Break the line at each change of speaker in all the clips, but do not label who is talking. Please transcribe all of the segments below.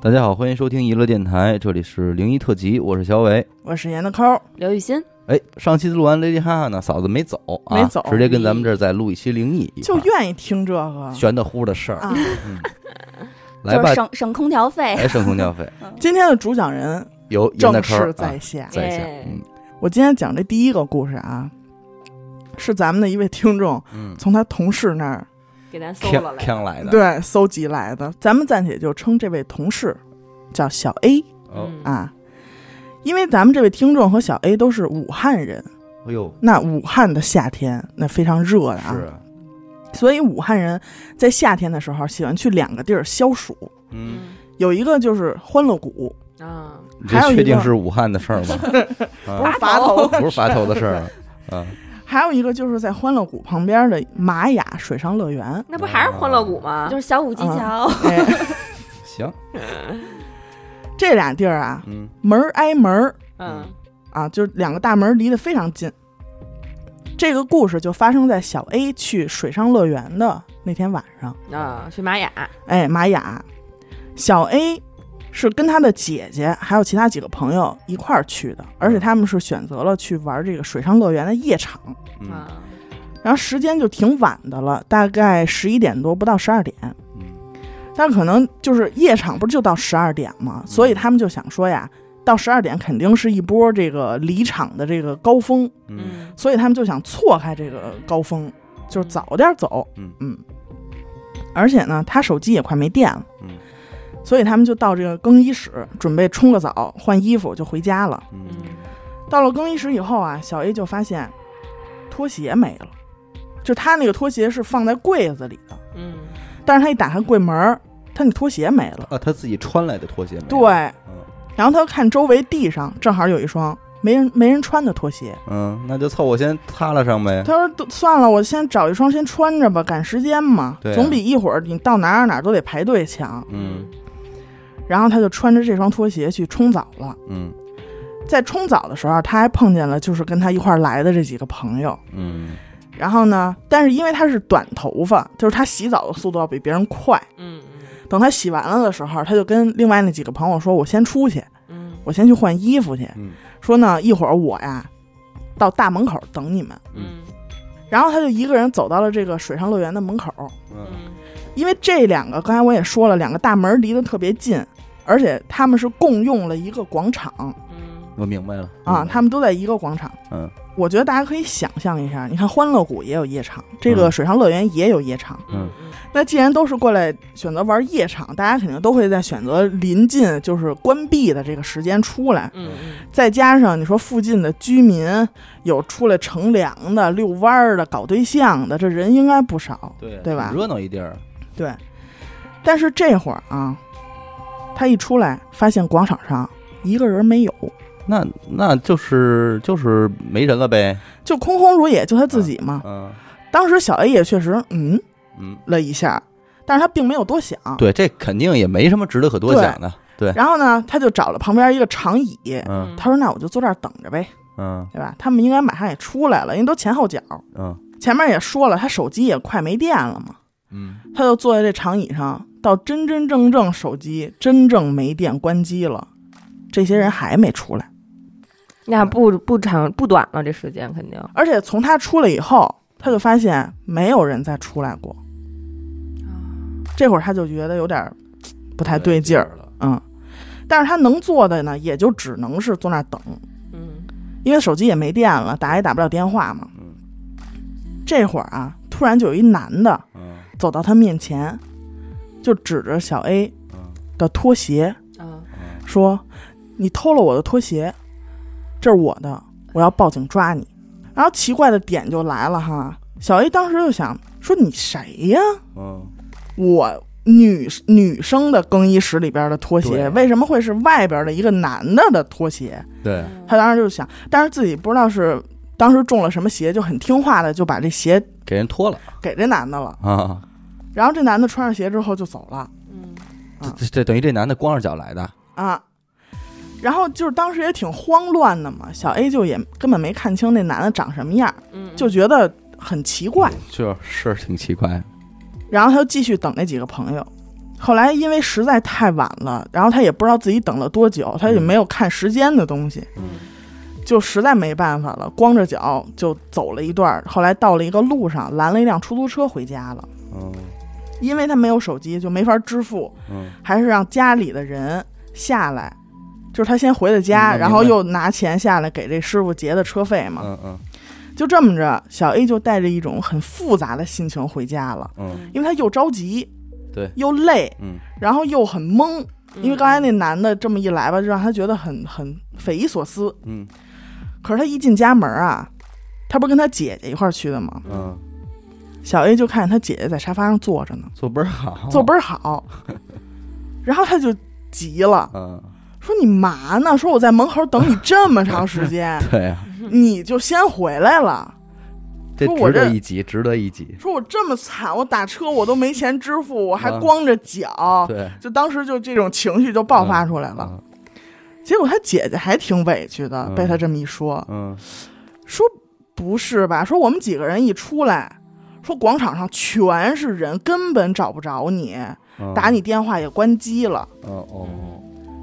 大家好，欢迎收听娱乐电台，这里是零一特辑，我是小伟。
我是严的抠，
刘雨欣，
哎，上期录完雷迪哈哈呢，嫂子没走啊，
没走
直接跟咱们这儿再录一期灵异一块
就
儿，
愿意听这个。
玄的乎的事儿，嗯
啊，
来
就是
吧，
省省空调费，
哎
来省空调费，
今天的主讲人
有有那
正
坑儿
式在
啊
下。
在下，
哎
嗯
我今天讲这第一个故事啊，是咱们的一位听众
嗯，
从他同事那儿
给咱搜了
呛
来。
呛来的，
对搜集来的，咱们暂且就称这位同事叫小 A
哦，
嗯，
啊，因为咱们这位听众和小 A 都是武汉人，
哎呦，
那武汉的夏天那非常热的啊
是，啊，
所以武汉人在夏天的时候喜欢去两个地儿消暑，
嗯，
有一个就是欢乐谷，
啊，
你
还有
嗯这
一
确定
个
是武汉的事儿 吗？
不
啊
是伐头，
不是伐头的事 儿啊，啊
还有一个就是在欢乐谷旁边的玛雅水上乐园，
那不还是欢乐谷吗？
就
就是小五技
啊
巧，
哎，
行，
这俩地儿啊，
嗯，
门儿挨门儿
嗯
啊，就是两个大门离得非常近。这个故事就发生在小 A 去水上乐园的那天晚上。
啊，去玛雅，
哎，玛雅，小 A 是跟他的姐姐还有其他几个朋友一块儿去的，而且他们是选择了去玩这个水上乐园的夜场。
嗯
啊，
然后时间就挺晚的了，大概十一点多，不到十二点。
嗯，
但可能就是夜场不是就到十二点
嗯
吗？所以他们就想说呀，到十二点肯定是一波这个离场的这个高峰，
嗯，
所以他们就想错开这个高峰，就是早点走。
嗯
而且呢，他手机也快没电了，
嗯，
所以他们就到这个更衣室准备冲个澡、换衣服就回家了。
嗯，
嗯
到了更衣室以后啊，小 A 就发现拖鞋没了，就他那个拖鞋是放在柜子里的，
嗯，
但是他一打开柜门儿，他那拖鞋没了。
啊，他自己穿来的拖鞋没有，
对，
嗯
然后他又看周围地上正好有一双没人没人穿的拖鞋，
嗯，那就凑合先擦了上呗，
他说都算了，我先找一双先穿着吧，赶时间嘛，
对啊
总比一会儿你到哪儿哪儿都得排队强。
嗯
然后他就穿着这双拖鞋去冲澡了。
嗯
在冲澡的时候，他还碰见了就是跟他一块儿来的这几个朋友。
嗯
然后呢，但是因为他是短头发，就是他洗澡的速度要比别人快。
嗯
等他洗完了的时候，他就跟另外那几个朋友说：“我先出去，
嗯嗯
我先去换衣服去。
嗯
说呢，一会儿我呀到大门口等你们。”
嗯
然后他就一个人走到了这个水上乐园的门口，
嗯
嗯
因为这两个刚才我也说了，两个大门离得特别近，而且他们是共用了一个广场
嗯
我明白了
啊，他们都在一个广场。
嗯，
我觉得大家可以想象一下，你看欢乐谷也有夜场，这个
嗯
水上乐园也有夜场。
嗯
那既然都是过来选择玩夜场，大家肯定都会在选择临近就是关闭的这个时间出来。
嗯嗯
再加上你说附近的居民有出来乘凉的、遛弯儿的、搞对象的，这人应该不少。
对
对吧
挺热闹一地儿，
对，但是这会儿啊，他一出来发现广场上一个人没有，
那那就是就是没人了呗，
就空空如也，就他自己嘛。
嗯
当时小 A 也确实嗯
嗯，
了一下，但是他并没有多想。
对，这肯定也没什么值得可多想的，对，
然后呢，他就找了旁边一个长椅，
嗯
他说：“那我就坐这儿等着呗，
嗯
对吧？他们应该马上也出来了，因为都前后脚。
嗯
前面也说了，他手机也快没电了嘛，
嗯，
他就坐在这长椅上，到真真正正手机真正没电关机了，这些人还没出来。”
那不不长不短了，这时间肯定。
而且从他出来以后，他就发现没有人再出来过。这会儿他就觉得有点儿嘖不太对劲儿，
了，
嗯。但是他能做的呢，也就只能是坐那儿等，
嗯
因为手机也没电了，打也打不了电话嘛。
嗯
这会儿啊，突然就有一男的
嗯
走到他面前，就指着小 A
嗯
的拖鞋
啊
嗯
说：“你偷了我的拖鞋，这是我的，我要报警抓你。”然后奇怪的点就来了哈，小 A 当时就想说：“你谁呀？
嗯，
我女女生的更衣室里边的拖
对
鞋，为什么会是外边的一个男的的拖鞋
对，？”
嗯
他当时就想，但是自己不知道是当时中了什么邪，就很听话的就把这鞋
给人脱了
给这男的了。
啊，
然后这男的穿上鞋之后就走了
嗯
这这等于这男的光着脚来的，
啊。然后就是当时也挺慌乱的嘛，小 A 就也根本没看清那男的长什么样，
嗯，
就觉得很奇怪。
嗯就是是挺奇怪，
然后他就继续等那几个朋友，后来因为实在太晚了，然后他也不知道自己等了多久，他也没有看时间的东西，
嗯
就实在没办法了，光着脚就走了一段儿。后来到了一个路上，拦了一辆出租车回家了，
嗯
因为他没有手机，就没法支付，
嗯，
还是让家里的人下来。就是他先回的家，
嗯
然后
明白
又拿钱下来给这师傅结的车费嘛。
嗯嗯
就这么着，小 A 就带着一种很复杂的心情回家了，
嗯
因为他又着急，
对
又累，
嗯
然后又很懵，因为刚才
那
那男的这么一来吧，就让他觉得很很匪夷所思。
嗯
可是他一进家门啊，他不是跟他姐姐一块儿去的吗？
嗯，
小 A 就看见他姐姐在沙发上坐着呢，
做倍儿好，
坐倍儿好，然后他就急了，
嗯，，
说：“你嘛呢？说我在门口等你这么长时间
对呀，
你就先回来了。
这
说我
值得
这
一集，值得一集，
说我这么惨，我打车我都没钱支付，我还
啊
光着脚。
对，
就当时就这种情绪就爆发出哦来了，
嗯
结果他姐姐还挺委屈的，
嗯
被他这么一说，
嗯
说不是吧？说我们几个人一出来，说广场上全是人，根本找不着你，
嗯，
打你电话也关机了，
嗯，哦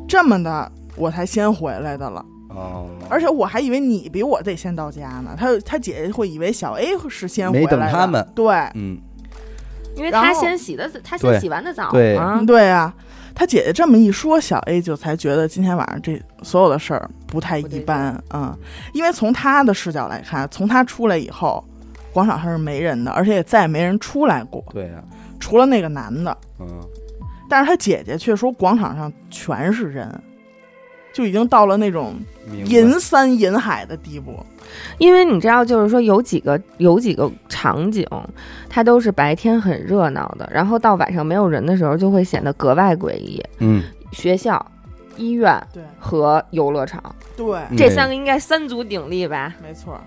这么的我才先回来的了。
哦哦，
而且我还以为你比我得先到家呢，他他姐姐会以为小 A 是先回
没
来的，
等他们
对，
嗯
因为
然
他
后
先洗的，他
对
先洗完的澡
对
嘛，
对啊。他姐姐这么一说，小 A 就才觉得今天晚上这所有的事儿不太一般啊、嗯，因为从他的视角来看，从他出来以后，广场上是没人的，而且也再也没人出来过。
对呀，
除了那个男的，
嗯
但是他姐姐却说广场上全是人，就已经到了那种
明白
银山银海的地步。
因为你知道，就是说有几个有几个场景，它都是白天很热闹的，然后到晚上没有人的时候，就会显得格外诡异。
嗯
学校、医院
对
和游乐场
对，
嗯
这三个应该三足鼎立吧？
没错。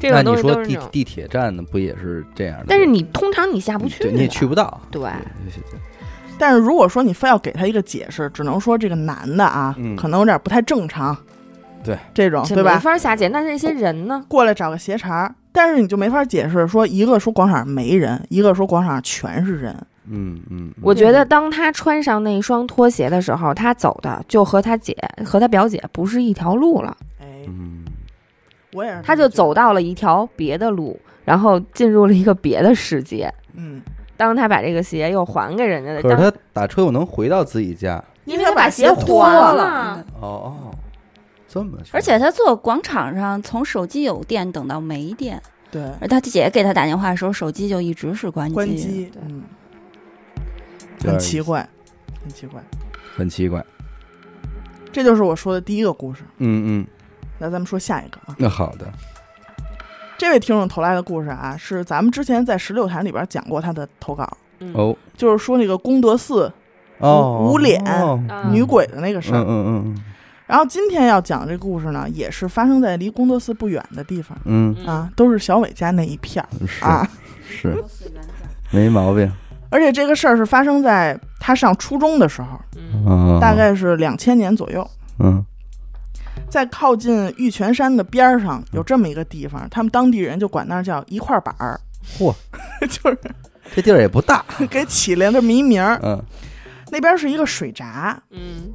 这
那
种东
你
西
说
都是
地
那种，
地铁站呢，不也是这样的？
但是你通常你下不去的，啊
对你也去啊不到，嗯
对
但是如果说你非要给他一个解释，只能说这个男的啊，
嗯
可能有点不太正常。
对，嗯
这种
这
对
没
吧？
法下解。那那些人呢？
过来找个斜茬儿，但是你就没法解释说一个说广场上没人，一个说广场上全是人。
嗯嗯，
我
嗯
觉得当他穿上那一双拖鞋的时候，他走的就和他姐和他表姐不是一条路了，
哎，
嗯
我也是这么觉得，
他就走到了一条别的路，然后进入了一个别的世界。
嗯，
当他把这个鞋又还给人家的，
可是
当
他打车又能回到自己家。
因
因为
为他
他
把鞋
鞋
脱
了，
了
哦哦，这么说
而且他坐广场上，从手机有电等到没电，
对，
而他姐姐给他打电话的时候，手机就一直是关机。
关机，
对
嗯，
有点
很
意
奇
思
怪，很奇怪。
很奇怪。
这就是我说的第一个故事。
嗯嗯，
那咱们说下一个啊，
那好的，
这位听众投来的故事啊，是咱们之前在十六谈里边讲过他的投稿，
哦
就是说那个功德寺
哦，
捂脸
哦
嗯
女鬼的那个事
嗯
儿。
嗯嗯
然后今天要讲这故事呢，也是发生在离工作寺不远的地方
嗯
啊，都是小伟家那一片儿
嗯，是
啊。
是，没毛病。
而且这个事儿是发生在他上初中的时候，
嗯，
大概是两千年左右，
嗯
在靠近玉泉山的边儿上有这么一个地方，他们当地人就管那儿叫一块板儿，
嚯，
就是
这地儿也不大。
给起了这么一名儿。
嗯
那边是一个水闸，
嗯，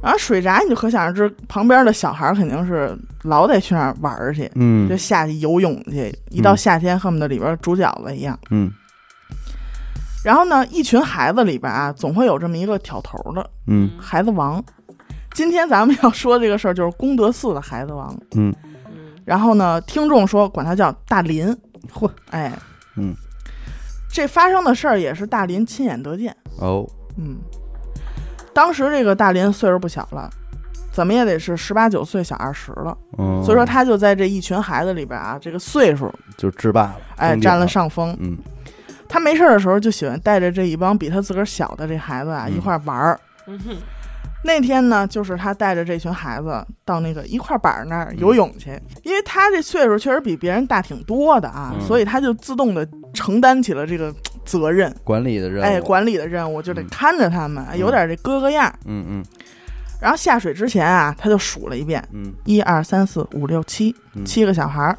然后水闸你就可想而知，旁边的小孩儿肯定是老得去那儿玩儿去，就
嗯
下去游泳去。一到
嗯
夏天，恨不得里边煮饺子一样。
嗯
然后呢，一群孩子里边啊，总会有这么一个挑头的
嗯
孩子王。今天咱们要说这个事儿，就是功德寺的孩子王。
嗯，
嗯
然后呢，听众说管他叫大林，
嚯，
哎，
嗯，
这发生的事儿也是大林亲眼得见。
哦，
嗯，当时这个大林岁数不小了，怎么也得是十八九岁，小二十了。
嗯，
所以说他就在这一群孩子里边啊，这个岁数
就制霸了，
哎
封顶
占了。上风。
嗯
他没事儿的时候就喜欢带着这一帮比他自个儿小的这孩子啊、
嗯
一块儿玩儿。
嗯哼
那天呢，就是他带着这群孩子到那个一块板儿那
嗯
儿游泳去，因为他这岁数确实比别人大挺多的啊，
嗯
所以他就自动的承担起了这个嘖责任，
管理的任务。
哎，管理的任务就得
嗯
看着他们，有点这哥哥样儿。
嗯嗯
然后下水之前啊，他就数了一遍，
嗯
一二三四五六七，
嗯
七个小孩儿，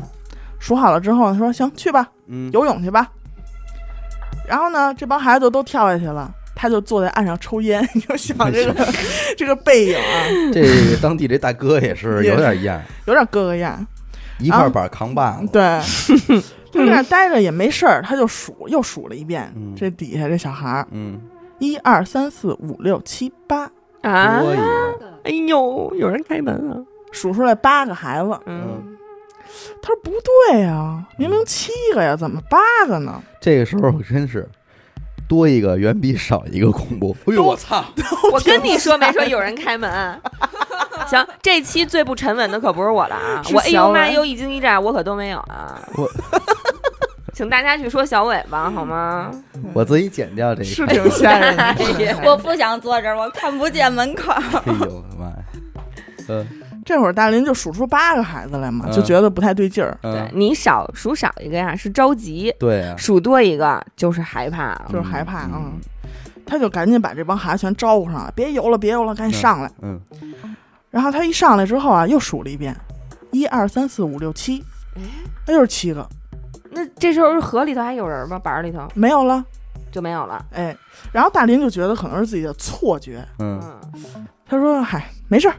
数好了之后，他说行，去吧，
嗯
游泳去吧。然后呢，这帮孩子就都跳下去了，他就坐在岸上抽烟， 你就想这
哎
个 这个背影啊，
嗯这个当地这大哥也是有点样，
有点哥哥样。
一块板扛把子。
对，他在那儿待着也没事儿，他就数又数了一遍，
嗯
这底下这小孩儿
嗯，
一二三四五六七八，
啊！
多一个。
哎呦，有人开门啊！
数出来八个孩子。
嗯，
他说不对呀、
嗯
明明七个呀，怎么八个呢？
这个时候真是多一个远比少一个恐怖。哎呦，我操！
我跟你说没说有人开门？啊行，这期最不沉稳的可不是我了啊！
是
我哎
小
呦
伟
妈呦一惊一乍，我可都没有啊！
我
请大家去说小伟吧，好吗？
我自己剪掉这一
是
块。
挺吓人的。
哎
是挺吓人
我
的
不想坐这儿，我看不见门口。
哎呦我的妈呀！嗯
这会儿大林就数出八个孩子来嘛，
嗯
就觉得不太对劲儿。
对
嗯，
你少数少一个呀，是着急；
对啊，
数多一个就是害怕了。
就是害怕啊
嗯
他就赶紧把这帮孩子全招呼上了，别游了，别游了，赶紧上来。
嗯，
然后他一上来之后啊，又数了一遍，一二三四五六七
哎，
那就是七个，
那这时候河里头还有人吗？板儿里头
没有了。
就没有了。
哎，然后大林就觉得可能是自己的错觉，
嗯嗯，
嗯，
他说：“嗨，没事儿，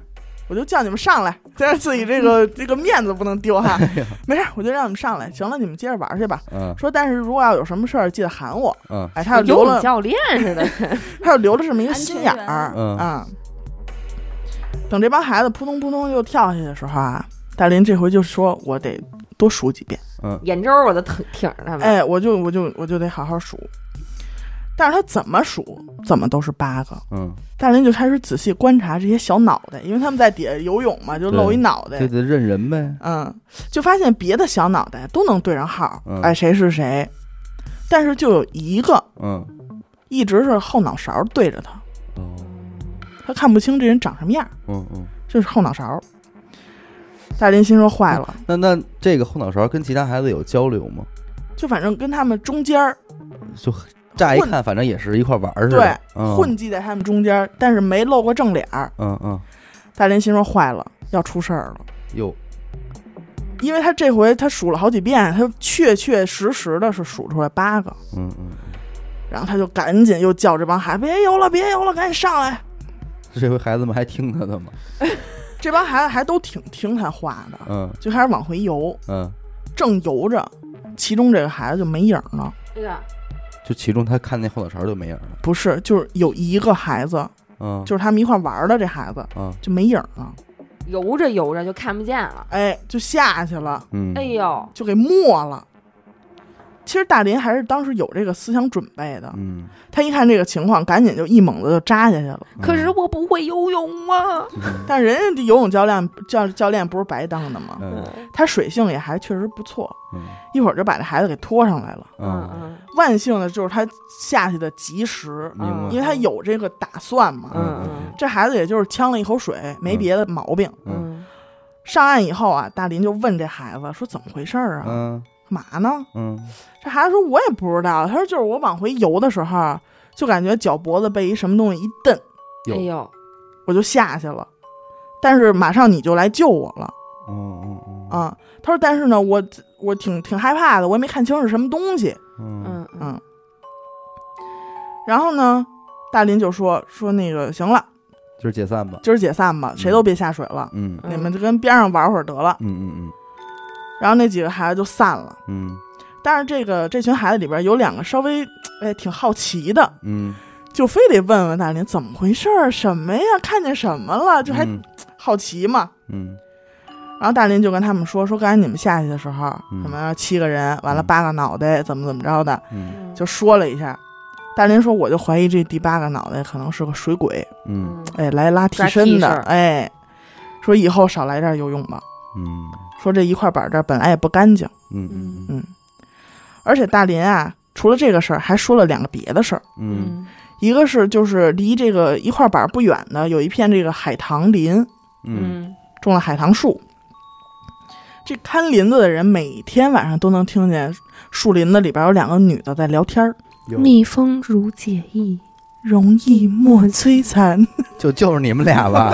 我就叫你们上来，但是自己这个这个面子不能丢
哎
哈，没事儿，我就让你们上来。行了，你们接着玩去吧。
嗯
说，但是如果要有什么事儿，记得喊我。
嗯
哎，他就留
游泳
了，
哦教练 似的。
他就留了这么一个心眼
安
儿，
全员
啊。等这帮孩子扑通扑通又跳下去的时候啊，大林这回就说：我得多数几遍。”
嗯
眼周儿我都挺挺着他们。
哎，我就我就我就得好好数。但是他怎么数，怎么都是八个。
嗯，
大林就开始仔细观察这些小脑袋，因为他们在底下游泳嘛，就露一脑
这
袋，
得认人呗。
嗯，就发现别的小脑袋都能对上号，
嗯
哎，谁是谁，但是就有一个
嗯
一直是后脑勺对着他，
哦
他看不清这人长什么样，
嗯嗯，
就是后脑勺。大林心说坏了，
那那这个后脑勺跟其他孩子有交流吗？
就反正跟他们中间儿
就乍一
混
看，反正也是一块玩儿似
对
的。嗯
混迹在他们中间儿，但是没露过正脸儿。
嗯嗯，
大林心说坏了，要出事儿了。
哟，
因为他这回他数了好几遍，他确确实实的是数出来八个，
嗯嗯，
然后他就赶紧又叫这帮孩子别游了，别游了，赶紧上来！
这回孩子们还听他的吗？
这帮孩子还都挺听他话的，
嗯
就开始往回游。
嗯，
正游着，其中这个孩子就没影儿了，
哎呀，
就其中他看那后脑勺就没影儿了。
不是，就是有一个孩子，
嗯，
就是他们一块玩儿的这孩子
嗯
就没影儿了，
游着游着就看不见了。
哎，就下去了，
嗯，
哎呦，
就给没了。其实大林还是当时有这个思想准备的，
嗯，
他一看这个情况，赶紧就一猛子就扎下去了。
嗯
可是我不会游泳啊。
但人家这游泳教练教教练不是白当的吗？
嗯
他水性也还确实不错，
嗯
一会儿就把这孩子给拖上来了。
嗯，
嗯
万幸的就是他下去的及时，
明白
因为他有这个打算嘛。
嗯
嗯
嗯
这孩子也就是呛了一口水，没别的毛病。
嗯
嗯
上岸以后啊，大林就问这孩子说：“怎么回事儿啊？干
嗯
嘛呢
嗯，？”
这孩子说：“我也不知道。”他说：“就是我往回游的时候，就感觉脚脖子被一什么东西一蹬，
嗯，
有
哎呦，
我就下去了。但是马上你就来救我了。”
嗯嗯嗯，
啊，他说，但是呢，我我挺挺害怕的，我也没看清是什么东西。
嗯
嗯嗯，
然后呢，大林就说说那个行了，
今儿解散吧。
今儿解散吧，谁都别下水了，
嗯
嗯
你们就跟边上玩会儿得了。
嗯嗯
然后那几个孩子就散了。
嗯
但是这个这群孩子里边有两个稍微哎挺好奇的，
嗯
就非得问问大林怎么回事儿，什么呀，看见什么了，
嗯，
就还好奇嘛。
嗯
然后大林就跟他们说说刚才你们下去的时候，
嗯
什么七个人，完了
嗯
八个脑袋，怎么怎么着的。
嗯
就说了一下。大林说：“我就怀疑这第八个脑袋可能是个水鬼，
嗯
哎，来拉替身的
抓替身，
哎，说以后少来这儿游泳吧。
嗯
说这一块板这儿本来也不干净，
嗯嗯
嗯，而且大林啊，除了这个事儿，还说了两个别的事儿，
嗯
一个是就是离这个一块板不远的有一片这个海棠林，
嗯
种了海棠树。这看林子的人每天晚上都能听见树林子里边有两个女的在聊天儿，
蜜蜂如解意，
容 易莫摧残，
就就是你们俩吧，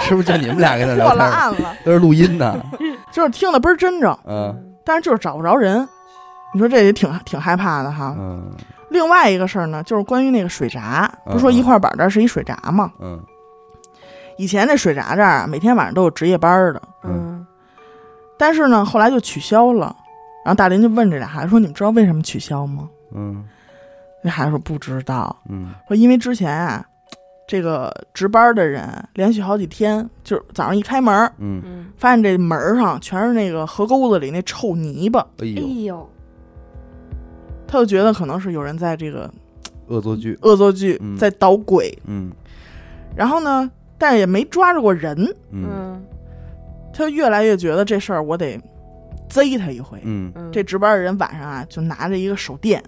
是不是就你们俩跟那聊
破了啊
天？
案了。”
都是录音呢。
就是听得倍儿真着，
嗯
啊但是就是找不着人。你说这也挺挺害怕的哈。
嗯
另外一个事儿呢，就是关于那个水闸，不是说
嗯嗯
一块板这儿是一水闸吗？
嗯
以前这水闸这儿啊，每天晚上都有值夜班儿的，
嗯
但是呢，后来就取消了。然后大林就问这俩孩子说：“你们知道为什么取消吗
嗯？”
那孩子说：“不知道。
嗯”
说因为之前啊，这个值班的人连续好几天，就是早上一开门儿，
嗯，
嗯，
发现这门儿上全是那个河沟子里那臭泥巴，
哎
哎
呦，
呦，
他就觉得可能是有人在这个呃
恶作剧，
恶作剧，
嗯
在捣鬼。
嗯
然后呢，但是也没抓着过人，
嗯
嗯
他就越来越觉得这事儿我得贼他一回。
嗯
嗯，
这值班的人晚上啊，就拿着一个手电，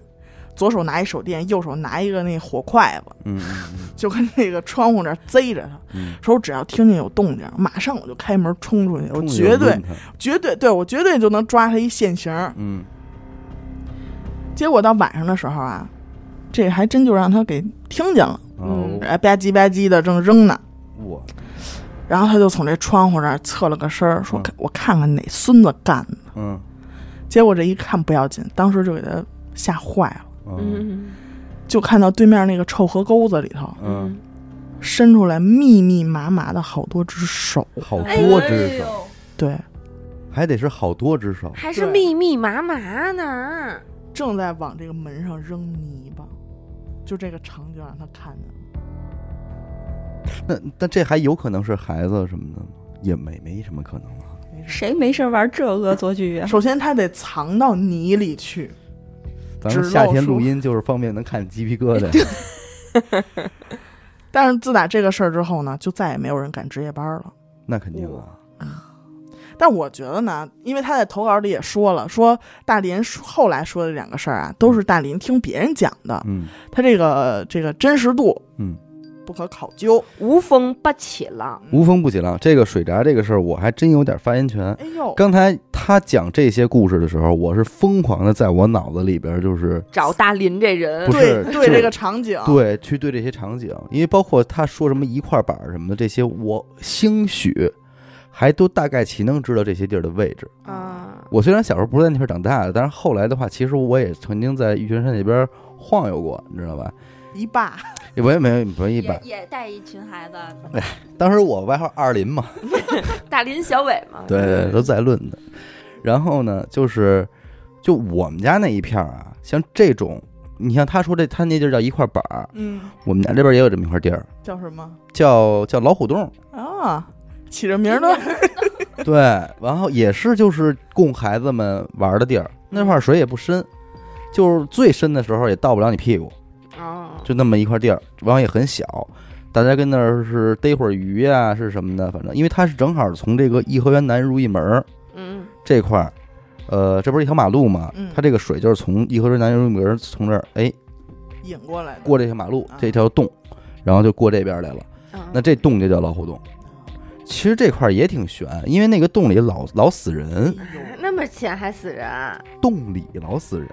左手拿一手电，右手拿一个那火筷子，
嗯
就跟那个窗户那儿贼着他，
嗯，
说我只要听见有动静，马上我就开门冲出去， 我
冲着
绝对
抡他
绝对对我绝对就能抓他一现行。
嗯
结果到晚上的时候啊，这还真就让他给听见了，
哦
哎吧唧吧唧的正扔呢。
我
然后他就从这窗户那儿侧了个身儿，说
嗯
看：“我看看哪孙子干的。
嗯”
结果这一看不要紧，当时就给他吓坏了，
嗯
嗯
就看到对面那个臭河沟子里头
嗯，
伸出来密密麻麻的好多只手，
好
哎
嗯多只手，
呦
对，
还得是好多只手，
还是
对
密密麻麻呢，
正在往这个门上扔泥巴，就这个场景让他看见了。
那但这还有可能是孩子什么的吗？也没没什么可能吧。
没事
谁没事玩这恶作剧啊呀、
首先他得藏到泥里去，
咱们
只
夏
露
天
出
录音就是方便能看鸡皮疙瘩。
但是自打这个事儿之后呢，就再也没有人敢值夜班了。
那肯定啊，
但我觉得呢，因为他在投稿里也说了，说大林说后来说的两个事儿啊，都是大林听别人讲的，
嗯
他这个这个真实度
嗯，
不可考究。
无风不起浪。
无风不起浪。这个水闸这个事儿，我还真有点发言权。
哎呦，
刚才他讲这些故事的时候，我是疯狂的在我脑子里边就是
找大林这人
不，
对
是
对
就
这个场景，
对去对这些场景，因为包括他说什么一块板儿什么的这些，我兴许还都大概其能知道这些地儿的位置。
啊，
我虽然小时候不是在那边长大的，但是后来的话，其实我也曾经在玉泉山那边晃悠过，你知道吧？
一霸
也没没没一
也
般。
也带一群孩子，
当时我外号二林嘛，
大林小伟嘛，
对对，都在论的。然后呢，就是就我们家那一片儿啊，像这种，你像他说这他那地儿叫一块板儿，
嗯，
我们家这边也有这么一块地儿，
叫什么
叫叫老虎洞。
啊？起着名儿的，
对，然后也是就是供孩子们玩的地儿，那块儿水也不深，就是最深的时候也到不了你屁股。
哦，
就那么一块地儿，然后也很小，大家跟那儿是逮会儿鱼呀、是什么的，反正因为它是正好从这个颐和园南入一门儿
嗯
这块儿，呃，这不是一条马路嘛
嗯，
它这个水就是从颐和园南入一门儿从这儿哎
引过来的。
过这条马路
啊
这条洞，然后就过这边来了，
嗯，
那这洞就叫老虎洞。
啊
其实这块儿也挺悬，因为那个洞里老老死人，
哎呦
那么浅还死人啊，
洞里老死人，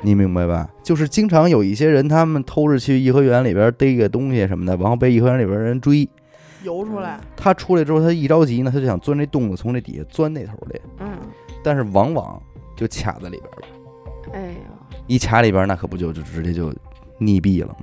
你明白吧？就是经常有一些人，他们偷着去颐和园里边逮个东西什么的，然后被颐和园里边人追，
游出来，
他出来之后，他一着急呢，他就想钻这洞子，从这底下钻那头去，
嗯，
但是往往就卡在里边了。
哎呦，
一卡里边，那可不就就直接就溺毙了吗？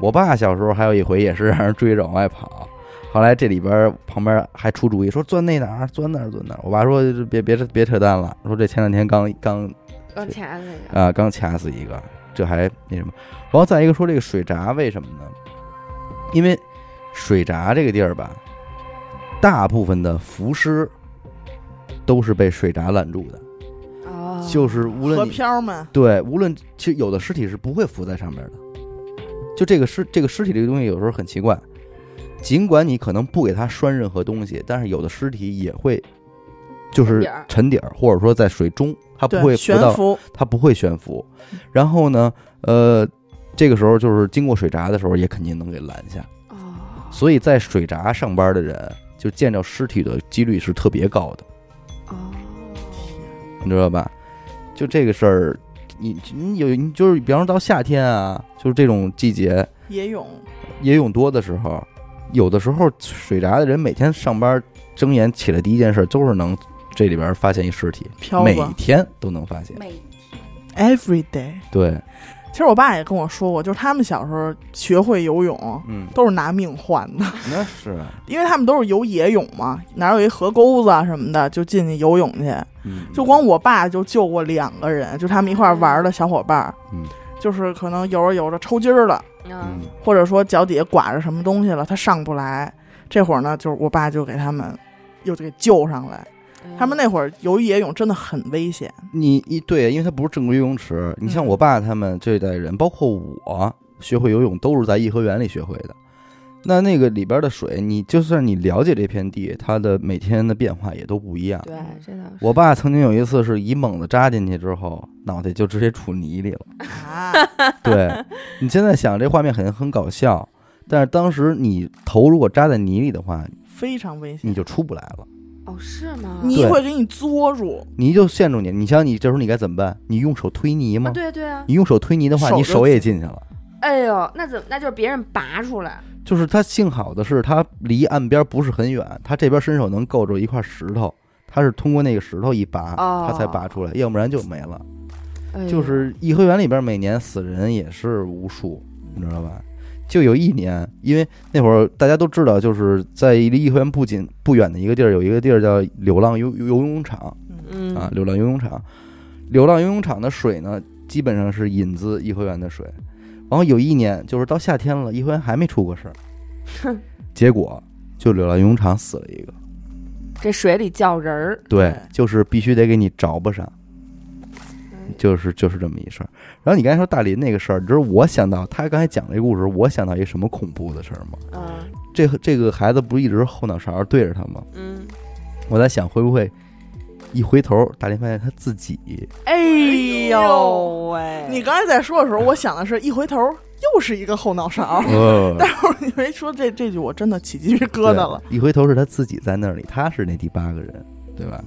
我爸小时候还有一回也是让人追着往外跑，后来这里边旁边还出主意说钻那哪儿钻那儿钻那儿，我爸说别别别扯淡了，说这前两天刚刚
刚卡死人，
啊，刚掐死一个，这还那什么。然后再一个说这个水闸为什么呢？因为水闸这个地儿吧，大部分的浮尸都是被水闸拦住的，
哦，
就是无
河
论你
漂们，
对，无论其实有的尸体是不会浮在上面的。就这个尸这个尸体这个东西有时候很奇怪，尽管你可能不给它拴任何东西，但是有的尸体也会就是
沉底儿
沉底儿，或者说在水中，它不
对，
会浮
悬
到
浮，
它不会悬浮。然后呢，呃，这个时候就是经过水闸的时候，也肯定能给拦下。
哦
所以在水闸上班的人，就见着尸体的几率是特别高的，
哦，
嗯你知道吧？就这个事儿，你你有你就是，比方说到夏天啊，就是这种季节
野泳，
野泳多的时候，有的时候水闸的人每天上班睁眼起来第一件事都是能这里边发现一尸体，
漂
每
子
天都能发现。
每
，every day。
对，
其实我爸也跟我说过，就是他们小时候学会游泳
嗯，
都是拿命换的，
那是，
因为他们都是游野泳嘛，哪有一河沟子啊什么的就进去游泳去。
嗯，
就光我爸就救过两个人，就他们一块儿玩儿的小伙伴儿，
嗯，
就是可能游着游着抽筋儿了，
嗯
嗯，
或者说脚底下刮着什么东西了，他上不来。这会儿呢，就是我爸就给他们又给救上来。他们那会儿游野泳真的很危险，
你一对，因为它不是正规游泳池。你像
嗯
我爸他们这代人，包括我，学会游泳都是在颐和园里学会的。那那个里边的水，你就算你了解这片地，它的每天的变化也都不一样。
对，这倒是
我爸曾经有一次是一猛子扎进去之后，脑袋就直接杵泥里了。
啊，
对你现在想这画面很很搞笑，但是当时你头如果扎在泥里的话，
非常危险。
你就出不来了，
哦，是吗？
泥会给你嘬住，
泥就陷住你。你想你这时候你该怎么办？你用手推泥
啊，
吗？
对对啊，
你用手推泥的话，
手
你
就
手也
进
进去了。
哎呦，那怎么那就是别人拔出来？
就是他幸好的是，他离岸边不是很远，他这边伸手能够着一块石头，他是通过那个石头一拔，
哦
他才拔出来，要不然就没了。
哎呦
就是颐和园里边每年死人也是无数，你知道吧？就有一年，因为那会儿大家都知道，就是在离颐和园不仅不远的一个地儿，有一个地儿叫流浪游游游泳场
嗯
啊，流浪游泳场。流浪游泳场的水呢，基本上是引自颐和园的水。然后有一年，就是到夏天了，颐和园还没出过事儿，结果就流浪游泳场死了一个。
这水里叫人儿，
对
对，
就是必须得给你着吧上，
嗯
就是就是这么一事儿。然后你刚才说大林那个事儿，就是我想到他刚才讲这故事，我想到一个什么恐怖的事儿吗？
嗯
这这个孩子不是一直后脑勺对着他吗？
嗯，
我在想会不会一回头，大林发现他自 己。
哎
哦
呦！
喂
你刚才在说的时候，我想的是一回头又是一个后脑勺
呃，
但是你没说这这句，我真的起鸡皮疙瘩了。
对，一回头是他自己在那里，他是那第八个人，对吧？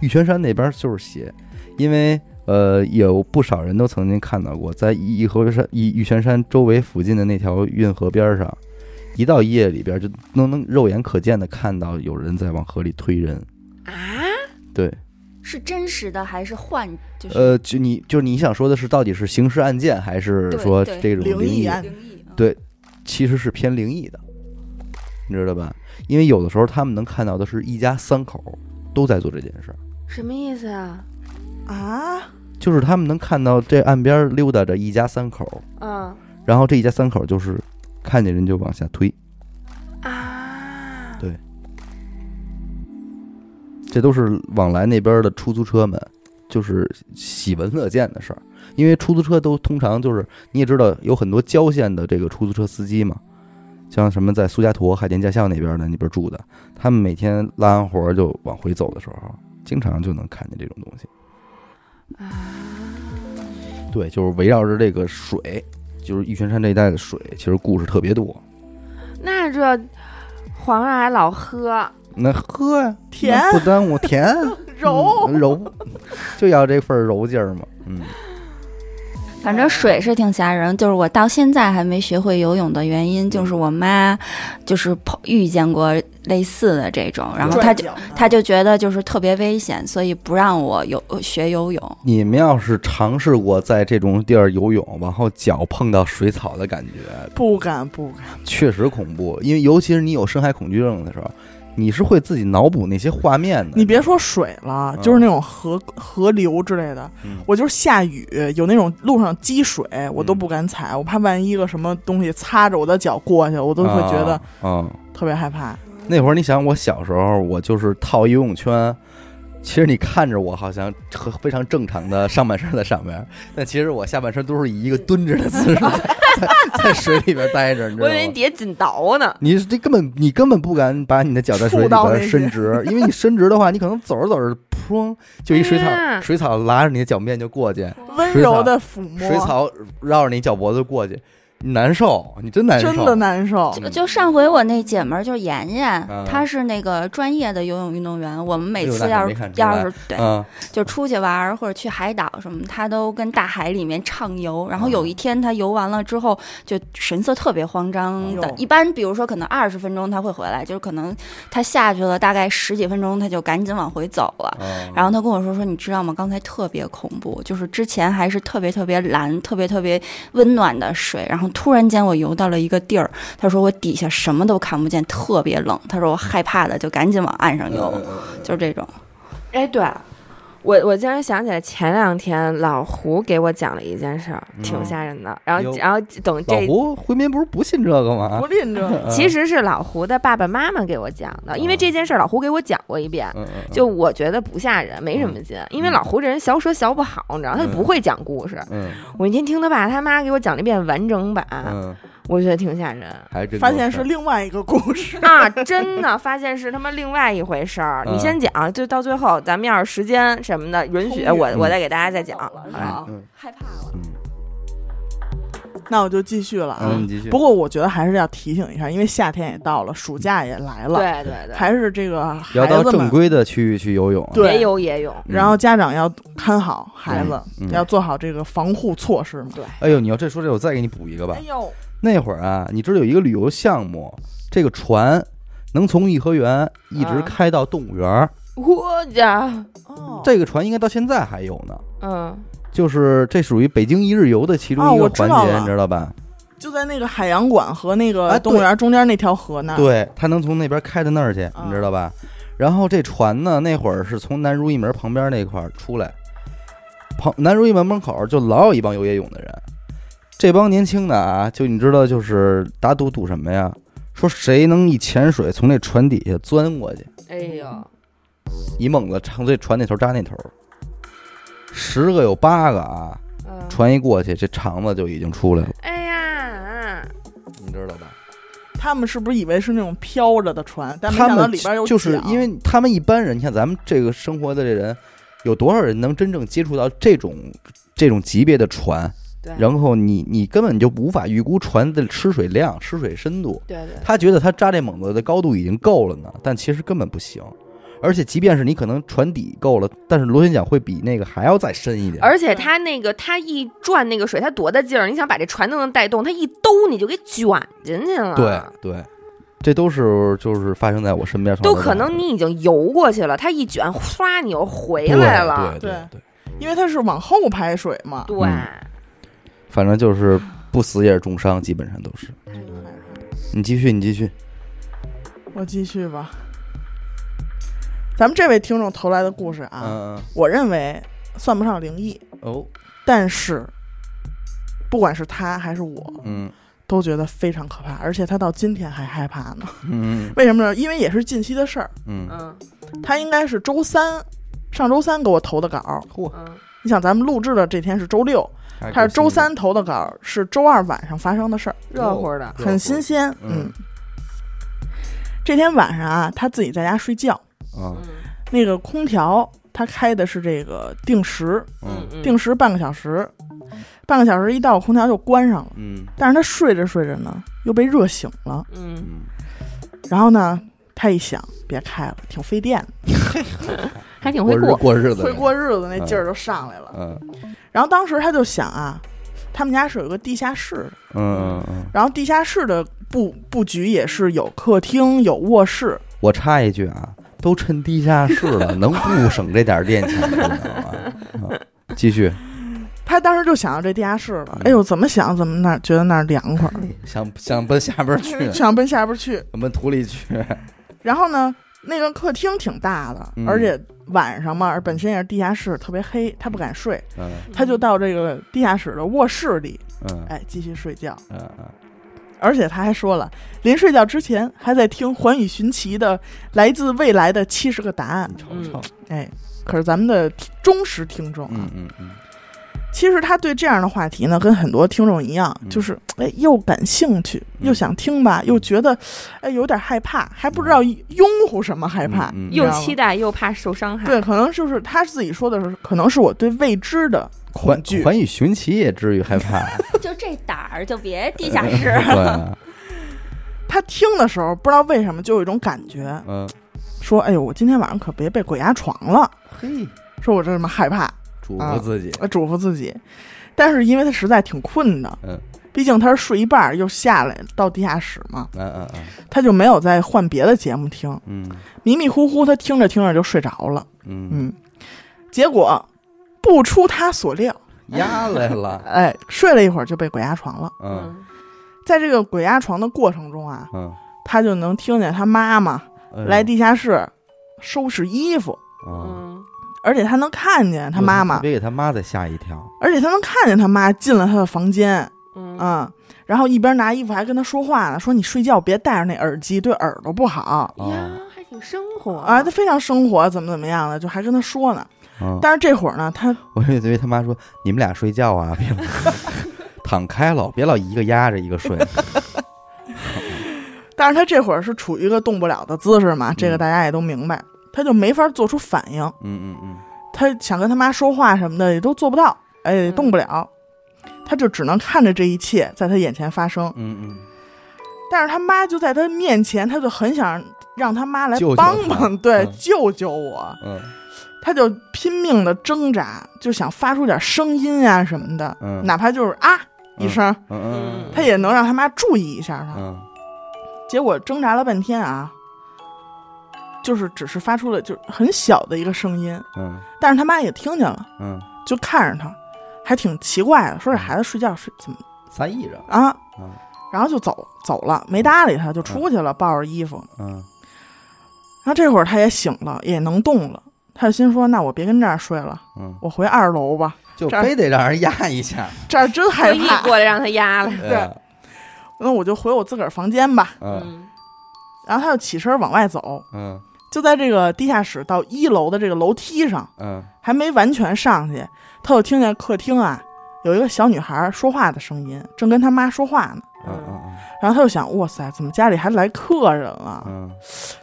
玉泉山那边就是邪，因为呃有不少人都曾经看到过，在颐和山、玉玉泉山周围附近的那条运河边上，一到夜里边就能能肉眼可见的看到有人在往河里推人。
啊，
对，
是真实的还是幻？就是
呃，就你就你想说的是，到底是刑事案件还是
对
说
对
这种
灵
灵
异
异
案
灵异。嗯
对其实是偏灵异的，你知道吧？因为有的时候他们能看到的是一家三口都在做这件事儿，
什么意思啊？
啊，
就是他们能看到这岸边溜达着一家三口，
嗯
然后这一家三口就是看见人就往下推，
啊，
对这都是往来那边的出租车们，就是喜闻乐见的事儿。因为出租车都通常就是你也知道有很多郊县的这个出租车司机嘛，像什么在苏家坨、海淀驾校那边的那边住的，他们每天拉完活儿就往回走的时候，经常就能看见这种东西。对，就是围绕着这个水，就是玉泉山这一带的水，其实故事特别多。
那这皇上还老喝，
那喝呀，
甜
那不耽误甜啊
揉
嗯揉，就要这份儿揉劲儿嘛。嗯，
反正水是挺吓人，就是我到现在还没学会游泳的原
嗯
因，就是我妈就是碰遇见过类似的这种，然后她就
啊
她就觉得就是特别危险，所以不让我游学游泳。
你们要是尝试过在这种地儿游泳，然后脚碰到水草的感觉，
不敢不敢，
确实恐怖。因为尤其是你有深海恐惧症的时候，你是会自己脑补那些画面的。
你别说水了，
嗯
就是那种河河流之类的，
嗯
我就是下雨有那种路上积水，我都不敢踩，我怕万一个什么东西擦着我的脚过去，我都会觉得
啊，嗯，
特别害怕。
那会儿你想，我小时候我就是套游泳圈，其实你看着我好像很非常正常的上半身在上面，但其实我下半身都是以一个蹲着的 姿势在在水里边待着，你知道
我以为你
吗？
底下紧倒呢。
你这根本你根本不敢把你的脚在水里
触到那
边
些
伸直，因为你伸直的话，你可能走着走着，砰，就一水草、
哎
啊
水草拉着你的脚面就过去，
温柔的抚摸，
水草绕着你脚脖子过去，难受，你真难受，
真的难受。
就就上回我那姐们儿就是妍妍
嗯，
她是那个专业的游泳运动员。我们每
哎呦那
次
你
要
没
是
看出
要
来
是对
嗯，
就出去玩儿或者去海岛什么，她都跟大海里面畅游。然后
嗯
有一天她游完了之后，就神色特别慌张
哎
的
呦。
一般比如说可能二十分钟她会回来，就是可能她下去了大概十几分钟，她就赶紧往回走了。
嗯
然后他跟我说说，你知道吗？刚才特别恐怖，就是之前还是特别特别蓝、特别特别温暖的水，然后突然间我游到了一个地儿，他说我底下什么都看不见，特别冷。他说我害怕的就赶紧往岸上游，就是这种。
哎，对，我我竟然想起来前两天老胡给我讲了一件事儿，挺
嗯
吓人的。然后
哟
然后等
老
这。
胡回民不是不信这个吗
不？吝着，
嗯
其，实是老胡的爸爸妈妈给我讲的，因为
嗯
这件事儿老胡给我讲过一遍，
嗯嗯 嗯
就我觉得不吓人，没什么劲，因为老胡这人小说小不好，你知道，他就不会讲故事。
嗯
我那天听他爸他妈给我讲了一遍完整版，
嗯，
我觉得挺吓人。
还真
发现是
多事
另外一个故 事。
啊，真的发现是他妈另外一回事儿。
嗯
你先讲，就到最后，咱们要是时间什么的允许，
充裕
我我
嗯
再给大家再讲。啊好
嗯嗯
害怕了。
啊那我就继续了啊。
嗯，你继续
不过我觉得还是要提醒一下，因为夏天也到了，暑假也来
哎嗯
了，
对对对，
还是这个
要
孩
到
子
正
们，
规的区域去游泳啊，
对
别游野泳，
嗯
然后家长要看好孩子，
嗯
要做好这个防护措施嘛。
哎呦，你要这说这，我再给你补一个
哎
吧。
呦，
那会儿啊，你知道有一个旅游项目，这个船能从颐和园一直
啊
开到动物园儿，
我家，
哦，
这个船应该到现在还有呢。
嗯，
就是这属于北京一日游的其中一
哦
个
我
环
知道
节，
了
你知道吧？
就在那个海洋馆和那
哎
个
对
动物园中间那条河那儿。
对，它能从那边开到那儿去，
啊
你知道吧？然后这船呢，那会儿是从南如意门旁边那块儿出来，旁南如意门门口就老有一帮游野泳的人，这帮年轻的啊，就你知道，就是打赌赌什么呀？说谁能一潜水从那船底下钻过去，
哎呦，
一猛子从这船那头扎那头，十个有八个啊，
嗯，
船一过去，这肠子就已经出来了，
哎呀，嗯
你知道吧？
他们是不是以为是那种飘着的船？但没
他
想到
们
里边有
就
桨
是因为他们一般人，你看咱们这个生活的这人，有多少人能真正接触到这种这种级别的船？
对，
然后你你根本就无法预估船的吃水量、吃水深度。
对对，
他觉得他扎这猛子的高度已经够了呢，但其实根本不行。而且即便是你可能船底够了，但是螺旋桨会比那个还要再深一点。
而且他那个他一转那个水，他多大劲儿，你想把这船都能带动，他一兜你就给卷进去了，
对对，这都是就是发生在我身边的事儿，
都可能你已经游过去了，他一卷，唰，你又回
对
来了，
对
对
对，
因为它是往后排水嘛。
对，
嗯反正就是不死也是重伤，基本上都是。你继续，你继续。
我继续吧。咱们这位听众投来的故事啊，
嗯
我认为算不上灵异，
嗯哦，
但是不管是他还是我，
嗯
都觉得非常可怕，而且他到今天还害怕呢。
嗯
为什么呢？因为也是近期的事儿，
嗯
嗯
他应该是周三，上周三给我投的稿。
嗯，
你想，咱们录制的这天是周六，
嗯，
他是周三投的稿，是周二晚上发生的事儿，
热乎的，
很新鲜。嗯，这天晚上啊，他自己在家睡觉，
啊，
那个空调他开的是这个定时，
嗯
嗯，
定时半个小时，半个小时一到，空调就关上了。
嗯
但是他睡着睡着呢，又被热醒了。
嗯，
嗯，
然后呢，他一想，别开了，挺费电的，
还挺
过
会
日
过，嗯
过日子，
会过日子那劲儿就上来了。
嗯
然后当时他就想啊，他们家是有一个地下室的，
嗯嗯嗯。
然后地下室的布布局也是有客厅、有卧室，
我插一句啊，都趁地下室了，能不省这点电钱吗？啊继续，
他当时就想到这地下室了
嗯。
哎呦，怎么想怎么那儿觉得那儿凉快儿，
想想奔下边去，
想奔下边儿去。
奔土里去。
然后呢，那个客厅挺大的，
嗯
而且晚上嘛，本身也是地下室，特别黑，他不敢睡，
嗯
他就到这个地下室的卧室里，
嗯
哎，继续睡觉。
嗯嗯，
而且他还说了，临睡觉之前还在听环宇寻奇的《来自未来的七十个答案
你瞅瞅，》。
哎，可是咱们的听忠实听众啊，
嗯嗯嗯，
其实他对这样的话题呢，跟很多听众一样，
嗯
就是哎又感兴趣，
嗯
又想听吧，又觉得哎有点害怕，还不知道拥护什么害怕，
嗯嗯嗯
你知道
又
吗
期待又怕受伤害，
对，可能就是他自己说的是，可能是我对未知的
环
恐惧。
环宇寻奇也至于害怕，。
就这胆儿就别地下室
对啊，
他听的时候不知道为什么就有一种感觉，
嗯，
说：“哎呦，我今天晚上可别被鬼压床了。
嘿，”
说我这么害怕，
嘱咐自己，
呃，嘱咐自己。但是因为他实在挺困的，
嗯，
毕竟他是睡一半儿又下来到地下室嘛，
嗯嗯嗯
他就没有再换别的节目听，
嗯
迷迷糊糊他听着听着就睡着了。
嗯，
嗯，结果不出他所料，
压来 了，
哎，睡了一会儿就被鬼压床了。
嗯
在这个鬼压床的过程中啊，
嗯，
他就能听见他妈妈
哎呦
来，地下室收拾衣服，
嗯，
嗯，
而且他能看见他妈妈，
别给他妈再吓一跳，
而且他能看见他妈进了他的房间，
嗯
嗯，然后一边拿衣服还跟他说话呢，说你睡觉别戴着那耳机，对耳朵不好
哎呀，
哦
还挺生活
啊，他非常生活，怎么怎么样的，就还跟他说呢。
嗯，
但是这会儿呢，他
我以为他妈说你们俩睡觉啊，别老躺开了，别老一个压着一个睡，
但是他这会儿是处于一个动不了的姿势嘛，这个大家也都明白，他就没法做出反应，
嗯嗯嗯，
他想跟他妈说话什么的也都做不到，哎，也动不了，他就只能看着这一切在他眼前发生。
嗯嗯，
但是他妈就在他面前，他就很想让他妈来
救救
帮
他
帮，对，
嗯
救救我。
嗯
他就拼命的挣扎，就想发出点声音啊什么的，
嗯
哪怕就是啊一声，
嗯嗯，
他也能让他妈注意一下他。
嗯
结果挣扎了半天啊，就是只是发出了就是很小的一个声音，
嗯
但是他妈也听见了，
嗯，
就看着他，还挺奇怪的，说这孩子睡觉睡怎么
仨艺人，
啊
嗯？
然后就走走了，没搭理他，就出去了，抱着衣服。
嗯
然后这会儿他也醒了，也能动了，他就心说：“那我别跟这儿睡了，
嗯，
我回二楼吧，
就非得让人压一下，
这儿真害
特意
怕。
过来让他压了，
对，
那我就回我自个儿房间吧。
嗯
然后他就起身往外走，
嗯
就在这个地下室到一楼的这个楼梯上，
嗯
还没完全上去，他就听见客厅啊有一个小女孩说话的声音，正跟他妈说话呢。
嗯
然后他就想，哇塞，怎么家里还来客人了？
嗯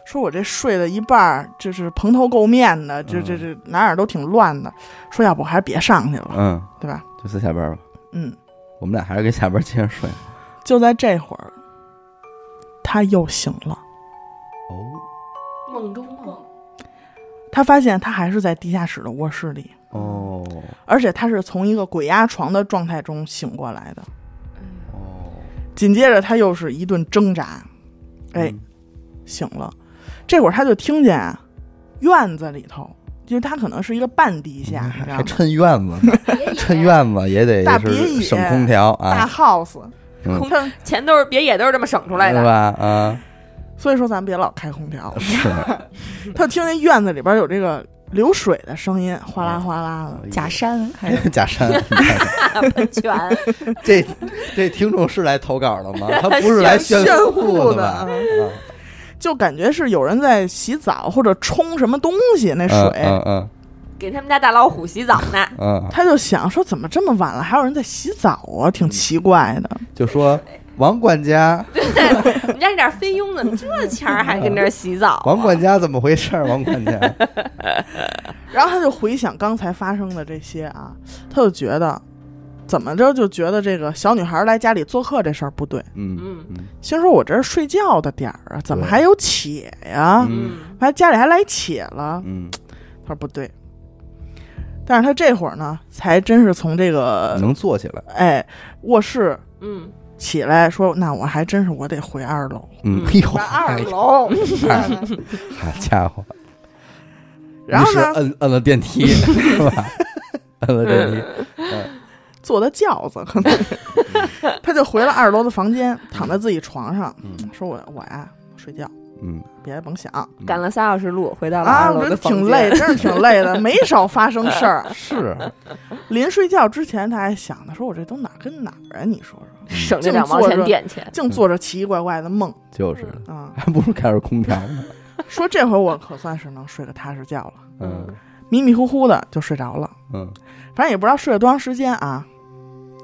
说我这睡了一半儿，就是蓬头垢面的，
嗯
这这这哪哪都挺乱的。说要不还是别上去了，
嗯，
对吧？
就四下班吧，
嗯，
我们俩还是跟下班接着睡。
就在这会儿，他又醒了。
哦
梦中梦，
他发现他还是在地下室的卧室里，
哦
而且他是从一个鬼压床的状态中醒过来的。
哦，
紧接着他又是一顿挣扎，哎，
嗯
醒了。这会儿他就听见啊，院子里头，因为他可能是一个半地下，你知
嗯
道
还
吗
趁院子，趁院子也得
大
就
别
是
野
省空调
大
啊，
house，
嗯
空
他
钱都是别野都是这么省出来
对
的，
吧？啊，
所以说咱别老开空调。
是，
他听见院子里边有这个流水的声音，哗啦哗啦
嗯
的。
假山还是
哎假山，
喷泉，
这这听众是来投稿的吗？他不是来炫
炫
富
的，
吧？
啊就感觉是有人在洗澡或者冲什么东西，那水，
嗯嗯
给他们家大老虎洗澡 呢，
嗯，
他就想说，怎么这么晚了还有人在洗澡啊？挺奇怪的。
就说王管家，
对不对？我们家这点菲佣怎么这钱儿还跟这儿洗澡？
王管家怎么回事？王管家，
然后他就回想刚才发生的这些啊，他就觉得怎么着就觉得这个小女孩来家里做客这事儿不对。
嗯嗯
心说我这是睡觉的点儿啊，怎么
对
还有且呀？
嗯
还家里还来且了？
嗯，
他说不对。但是他这会儿呢，才真是从这个
嗯能坐起来，
哎卧室
嗯，
起来，说那我还真是我得回二楼。
嗯，
嗯
哎呦，
二楼，
好家伙，
然后
于是
呢，
摁摁了电梯是吧？摁了电梯，
坐的轿子，可能 他就回了二楼的房间，躺在自己床上，
嗯
说我我呀睡觉，
嗯，
别甭想
赶了仨小时路，回到了
啊，
二
我
楼
觉得
的房
挺
间
累，，真是挺累的，没少发生事儿。
是
临睡觉之前，他还想呢，说我这都哪儿跟哪儿啊？你说说，
省这两毛钱点钱，
净做着奇奇怪怪的梦
就是的，
啊、
还不如开着空调呢，
说这回我可算是能睡个踏实觉了，
嗯
迷迷糊糊的就睡着了，
嗯
反正也不知道睡了多长时间啊，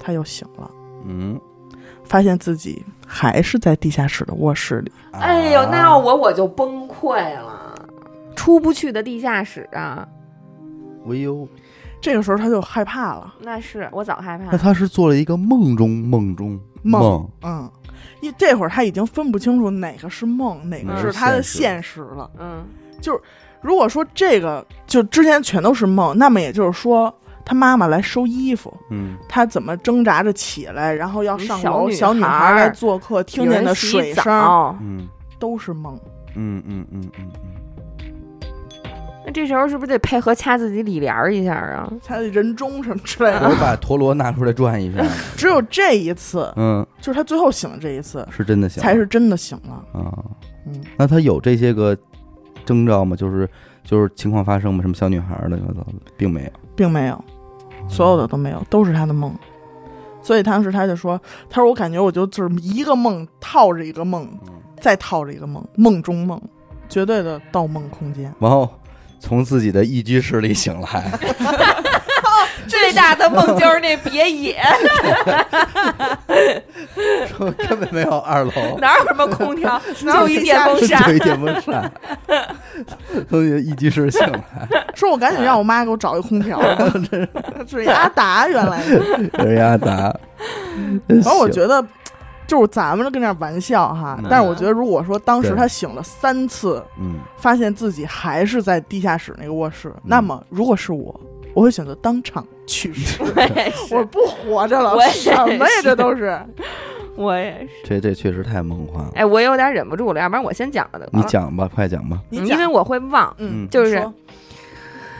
他又醒了，
嗯，
发现自己还是在地下室的卧室里。
啊
哎呦，那要我我就崩溃了，出不去的地下室啊！
哎呦，
这个时候他就害怕了。
那是我早害怕
那
了。
他是做了一个梦中梦中
梦
梦，
嗯，一这会儿他已经分不清楚哪个是梦，哪
哪
个
个
是
是
他的
现
现实了。
嗯，
如果说这个就之前全都是梦，那么也就是说，他妈妈来收衣服，
嗯，
他怎么挣扎着起来，然后要上
小
楼，
女
小女
孩
孩
儿
来做客，听
有
见
人
的
洗
水声
澡
嗯
都是梦。
嗯嗯嗯嗯嗯，
那这时候是不是得配合掐自己里帘儿一下啊？
他的人中什么之类
我
的，
得把陀螺拿出来转一下，
只有这一次，
嗯，
就是他最后醒的这一次，
是真的想
才是真的醒了。
啊。
嗯，
那他有这些个征兆吗？就是就是情况发生吗？什么小女孩儿的，并没有。
并没有，所有的都没有，都是他的梦。所以当时他就说：“他说我感觉我就就是一个梦套着一个梦，再套着一个梦，梦中梦，绝对的盗梦空间。
然后从自己的一居室里醒来，
最大的梦就是那别 野，
说根本没有二楼，
哪有什么空调，
哪有
就一电风
就
扇。
一电风 扇，从你的一居室醒来，
说我赶紧让我妈给我找一空调 吧，这是阿达原来是。
人家打。
嗯
然
然
哦
后我觉得，就是咱们跟那儿玩笑哈，
嗯
但是我觉得如果说当时
对
他醒了三次，
嗯，
发现自己还是在地下室那个卧室，那么如果是我，我会选择当场去世。
我也 是
我不活着了
我，也
什么呀？
是
这都是
我也是。
这这确实太梦幻了。
哎，我有点忍不住了，要不然我先讲了得了。
你讲吧，快讲吧。
你
嗯，
讲
因为我会忘。
嗯，
嗯
就是
你说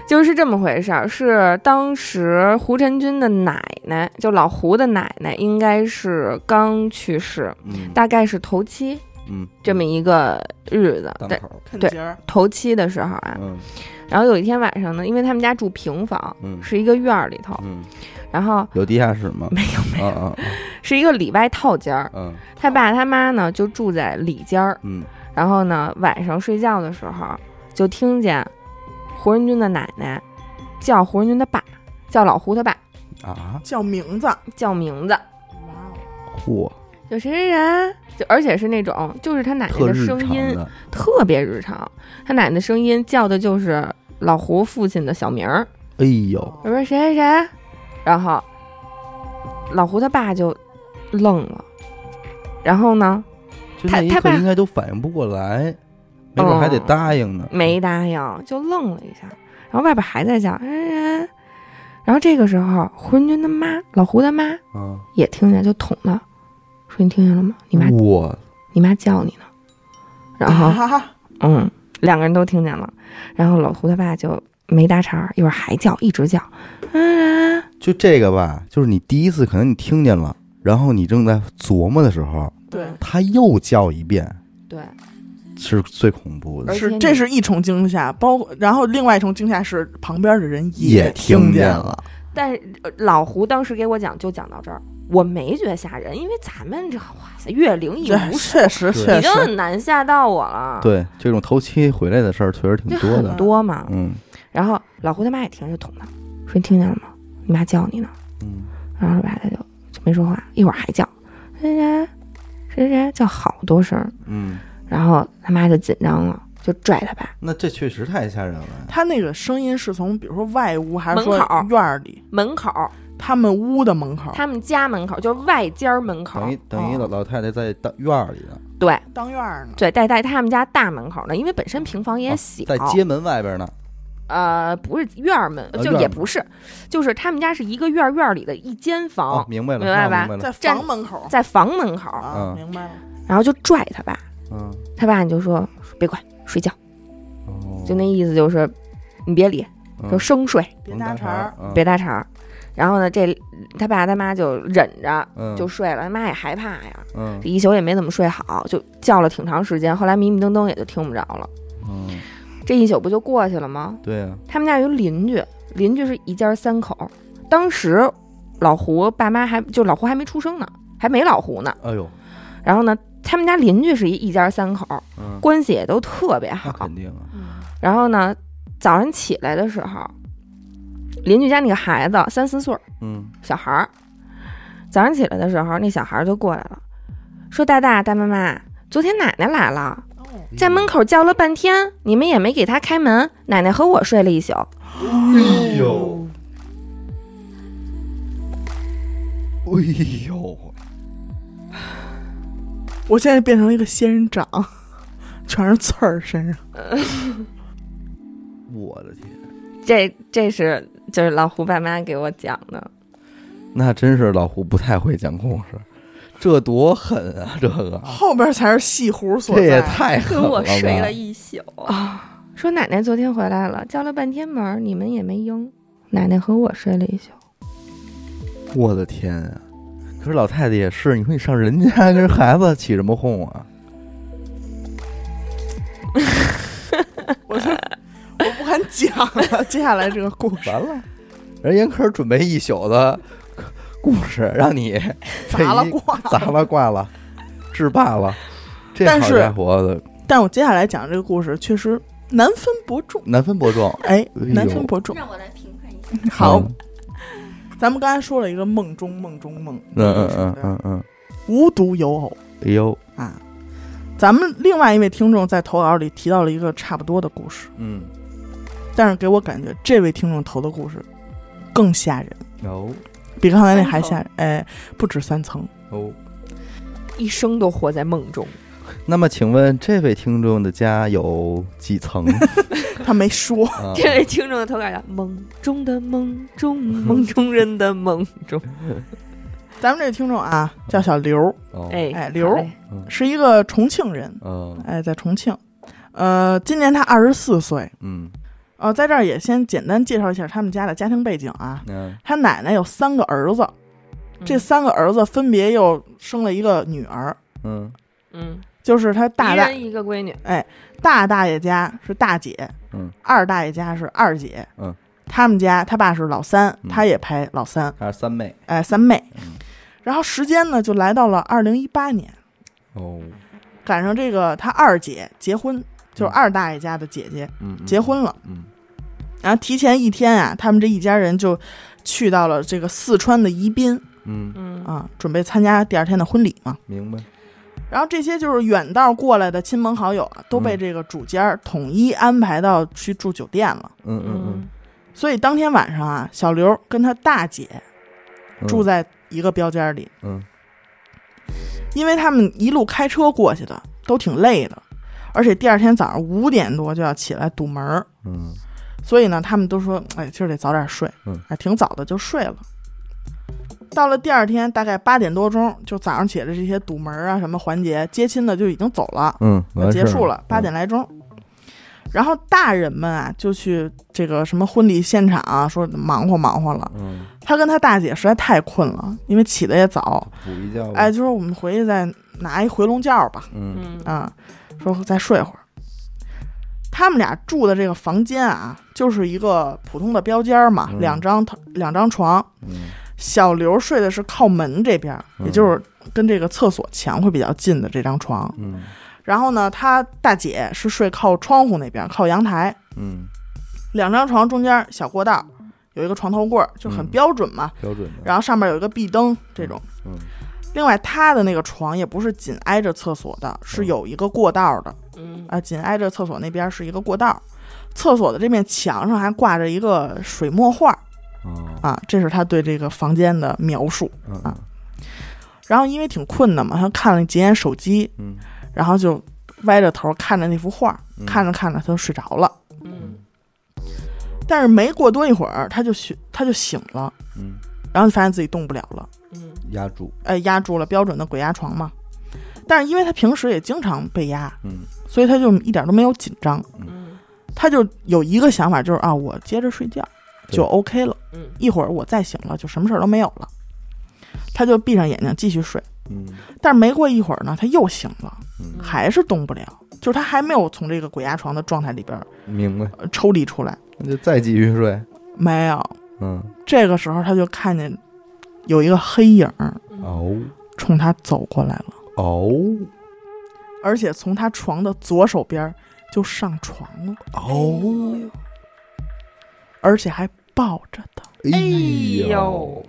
就是这么回事儿，是当时胡晨军的奶奶，就老胡的奶奶，应该是刚去世，
嗯，
大概是头七
嗯，
这么一个日子。
当
对，
口儿，
肯
对
节儿
头七的时候啊，
嗯
然后有一天晚上呢，因为他们家住平房，
嗯
是一个院儿里头，
嗯，
然后
有地下室吗？
没有 没有，
啊啊
是一个里外套间儿。
嗯
他爸他妈呢就住在里间儿，
嗯
然后呢晚上睡觉的时候就听见胡仁军的奶奶叫胡仁军的爸，叫老胡他爸
啊，
叫名字，
叫名字。
嚯，
有谁谁谁，就而且是那种，就是他奶奶
特
的
日
哎声
常
音
的，
特别日常，他奶奶的声音叫的就是老胡父亲的小名儿，
哎呦，
哦
我说谁谁谁，然后老胡他爸就愣了，然后呢
就
他
那一
他
刻
爸
应该都反应不过来，没准儿还得
嗯
答应呢。
没答应，就愣了一下，然后外边还在叫谁谁谁，哎然后这个时候胡仁军的妈老胡他妈
嗯，
也听见，就捅他，说你听见了吗？你妈
我
你妈叫你呢，然后。
啊
嗯，两个人都听见了，然后老胡他爸就没搭茬儿，一会儿还叫，一直叫，嗯，
就这个吧，就是你第一次可能你听见了，然后你正在琢磨的时候，
对，
他又叫一遍，
对，
是最恐怖的
而。且
是
你
这是一重惊吓，包括然后另外一重惊吓是旁边的人
也
听
听见
了，
了，
但是呃老胡当时给我讲就讲到这儿，我没觉得吓人，因为咱们这哇塞越灵异
这
无数，
确 实
对
已
确
经
实
很难吓到我了，，
对，这种头七回来的事儿确实挺
就
多
很
的。
多嘛。
嗯
然后老胡他妈也听着就捅他，说你听见了吗？你妈叫你呢。
嗯，
然后老爸他就就没说话，一会儿还叫，谁谁谁谁叫好多声儿，
嗯，
然后他妈就紧张了，就拽他爸
那这确实太吓人了。
他那个声音是从比如说外屋还是说
门口
院儿里，
门口儿。
他们屋的门口，
他们家门口，就是外间儿门口，
哦等于等于
哦
老老太太在大院儿里呢，
对
当院儿呢，
对，在在他们家大门口呢，因为本身平房也小，
哦在街门外边呢。
呃不是院儿门，
呃
就
院儿
也
门
不是，就是他们家是一个院儿院儿里的一间
哦
房，，
明白了，
明白吧
哦明白
在
了。
站
房门口
在房门口，
啊，
嗯
明白了，
然后就拽他爸，
嗯，
他爸就说别管，睡觉，
哦
就那意思就是你别理，就生睡，
别搭茬儿，，
嗯
别搭茬儿。然后呢，这他爸他妈就忍着
嗯
就睡了，他妈也害怕呀，
嗯
这一宿也没怎么睡好，就叫了挺长时间，后来迷迷瞪瞪也就听不着了。
嗯，
这一宿不就过去了吗？
对啊，
他们家有邻居，邻居是一家三口。当时老胡爸妈还就老胡还没出生呢，还没老胡呢。
哎呦，
然后呢，他们家邻居是一一家三口，
嗯，
关系也都特别
那
好
肯。定啊，
然后呢，早上起来的时候，邻居家那个孩子三四岁儿
嗯
小孩儿，早上起来的时候，那小孩儿就过来了，说：“大大大妈妈，昨天奶奶来了，在门口叫了半天，你们也没给她开门，奶奶和我睡了一宿。”
哎呦，哎呦，
我现在变成了一个仙人掌，全是刺儿身上。
我的天，
这这是就是老胡爸妈给我讲的，
那真是老胡不太会讲故事，这多狠啊！这个，
后边才是戏胡所
这也
在。
太狠
跟
了吧！
我睡了一宿。
哦说奶奶昨天回来了，叫了半天门儿，你们也没应。奶奶和我睡了一宿，
我的天啊！可是老太太也是，你说你上人家跟孩子起什么哄啊？
我 就我不敢讲 了，接下来这个故事
完了，人严科准备一宿的故事，让你
砸了挂了。
砸了挂了，制霸了。这
但
好
是
家伙的，
但我接下来讲这个故事确实难分伯仲，
难分伯仲。
哎，
哎呦
难分伯仲。
让我来评判一下。
好，
嗯
咱们刚才说了一个梦中梦中梦，
嗯嗯嗯嗯嗯，
无独有偶
哎呦，
啊。咱们另外一位听众在投稿里提到了一个差不多的故事，
嗯，
但是给我感觉这位听众投的故事更吓人，
哦
比刚才那还吓人，哎，不止三层。
哦。
一生都活在梦中。
那么，请问这位听众的家有几层？
他没说，
啊
这位听众的投稿叫梦中的梦 中，梦中人的梦中。
咱们这个听众啊叫小刘，
哦，
哎
哎刘
好嘞
是一个重庆人，
嗯
哎，在重庆，呃，今年他二十四岁。
嗯
呃，在这儿也先简单介绍一下他们家的家庭背景啊。
嗯
他奶奶有三个儿子，这
嗯
三个儿子分别又生了一个女儿，
嗯
嗯，
就是他大
一
大
人一个闺女，
大大爷家是大姐，
嗯，
二大爷家是二姐，
嗯，
他们家他爸是老三，
嗯
他也排老三，
还是三妹
哎，三妹
嗯。
然后时间呢，就来到了二零一八年，
哦，
赶上这个他二姐结婚，就是
嗯
二大爷家的姐姐
嗯嗯
结婚了。
嗯
然后提前一天啊，他们这一家人就去到了这个四川的宜宾
嗯，
嗯
啊，准备参加第二天的婚礼嘛。
明白
然后这些就是远道过来的亲朋好友啊，
嗯
都被这个主家儿统一安排到去住酒店了。
嗯嗯
所以当天晚上啊，小刘跟他大姐
嗯，
住在一个标间里，
嗯
因为他们一路开车过去的，都挺累的，而且第二天早上五点多就要起来堵门儿，
嗯
所以呢，他们都说，哎，今儿得早点睡，
嗯，
哎，挺早的就睡了。到了第二天大概八点多钟，就早上起来这些堵门啊什么环节接亲的就已经走了，
嗯，完
结
事儿
束了，八点来钟。然后大人们啊，就去这个什么婚礼现场啊，说忙活忙活了。
嗯，
他跟他大姐实在太困了，因为起的也早，
补一觉吧，
哎，就说我们回去再拿一回笼觉吧，
嗯
嗯
啊，说再睡会儿。他们俩住的这个房间啊，就是一个普通的标间儿嘛，
嗯
两张头两张床。
嗯
小刘睡的是靠门这边儿，
嗯
也就是跟这个厕所墙会比较近的这张床。
嗯
然后呢，他大姐是睡靠窗户那边，靠阳台。
嗯，
两张床中间小过道，有一个床头柜儿，就很
嗯
标准嘛。
标准的，
然后上面有一个壁灯这种。
嗯
另外，他的那个床也不是紧挨着厕所的，是
嗯
有一个过道的
嗯
啊，紧挨着厕所那边是一个过道。厕所的这面墙上还挂着一个水墨画
哦
啊，这是他对这个房间的描述。
嗯
啊然后因为挺困的嘛，他看了几眼手机，
嗯
然后就歪着头看着那幅画，
嗯
看着看着他就睡着了。
嗯
但是没过多一会儿，他就醒，他就醒了，
嗯
然后就发现自己动不了了，
嗯
压住
呃，压住了标准的鬼压床嘛。但是因为他平时也经常被压，
嗯
所以他就一点都没有紧张，
嗯
他就有一个想法，就是啊，我接着睡觉
对
就 OK 了，
嗯
一会儿我再醒了就什么事儿都没有了。他就呃闭上眼睛继续睡，
嗯
但是没过一会儿呢，他又醒了，
嗯，
还是动不了，就是他还没有从这个鬼压床的状态里边儿
明白，
呃抽离出来，
那就再继续睡，
没有。
嗯
这个时候他就看见有一个黑影儿
嗯
哦
冲他走过来了，
哦
而且从他床的左手边儿就上床了，
哦，
而且还抱着的。
哎
哎
呦
呦，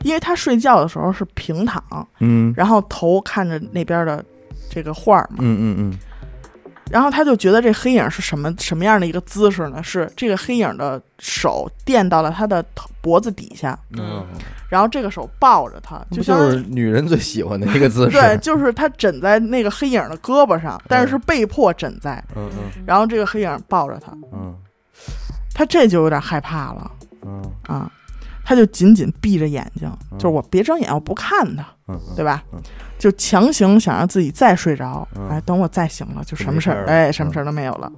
因为他睡觉的时候是平躺，
嗯
然后头看着那边的这个画儿嘛。
嗯嗯嗯，
然后他就觉得这黑影是什么什么样的一个姿势呢？是这个黑影的手垫到了他的头脖子底下，
嗯，
然后这个手抱着他，
不
相当
就
于
是女人最喜欢的一个姿势？
对，就是他枕在那个黑影的胳膊上，但是是被迫枕在，
嗯嗯
然后这个黑影抱着他，
嗯
他这就有点害怕了
嗯
啊，他就紧紧闭着眼睛，
嗯
就是我别睁眼，我不看他，
嗯，
对吧
嗯？
就强行想让自己再睡着
嗯，
哎，等我再醒了，就什么事
就没事儿了
儿，
嗯
哎，什么事儿都没有了。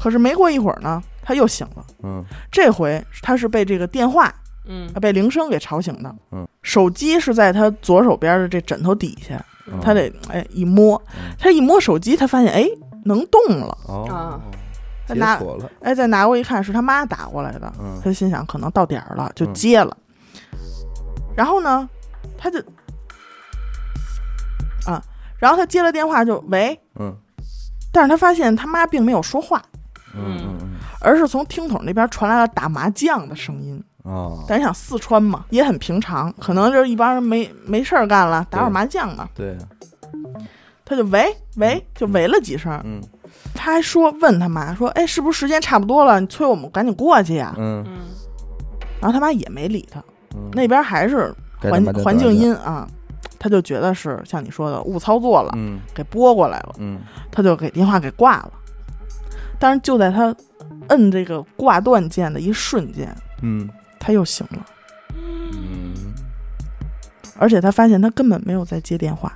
可是没过一会儿呢，他又醒了，
嗯
这回他是被这个电话呃
嗯
被铃声给吵醒的
嗯。
手机是在他左手边的这枕头底下，
嗯，
他得哎一摸
嗯，
他一摸手机，他发现哎能动了，
哦
啊，
解
他拿
锁了，
哎再拿过一看是他妈打过来的，
嗯
他心想可能到点儿了就
嗯
接了，然后呢他就啊，然后他接了电话就喂，
嗯
但是他发现他妈并没有说话，
嗯嗯嗯，
而是从听筒那边传来了打麻将的声音。
哦，
但是想四川嘛也很平常，可能就是一帮人没没事儿干了，打会儿
对
麻将嘛，
对，啊
他就喂喂就喂了几声，
嗯
他还说问他妈说，哎，是不是时间差不多了？你催我们赶紧过去呀、
嗯
嗯
然后他妈也没理他，
嗯，
那边还是
该
环
他妈的
环
短
境
了，
音啊，他就觉得是像你说的误操作了，
嗯
给拨过来了，
嗯
他就给电话给挂了。但是就在他摁这个挂断键的一瞬间，
嗯
他又醒了，
嗯，
而且他发现他根本没有在接电话，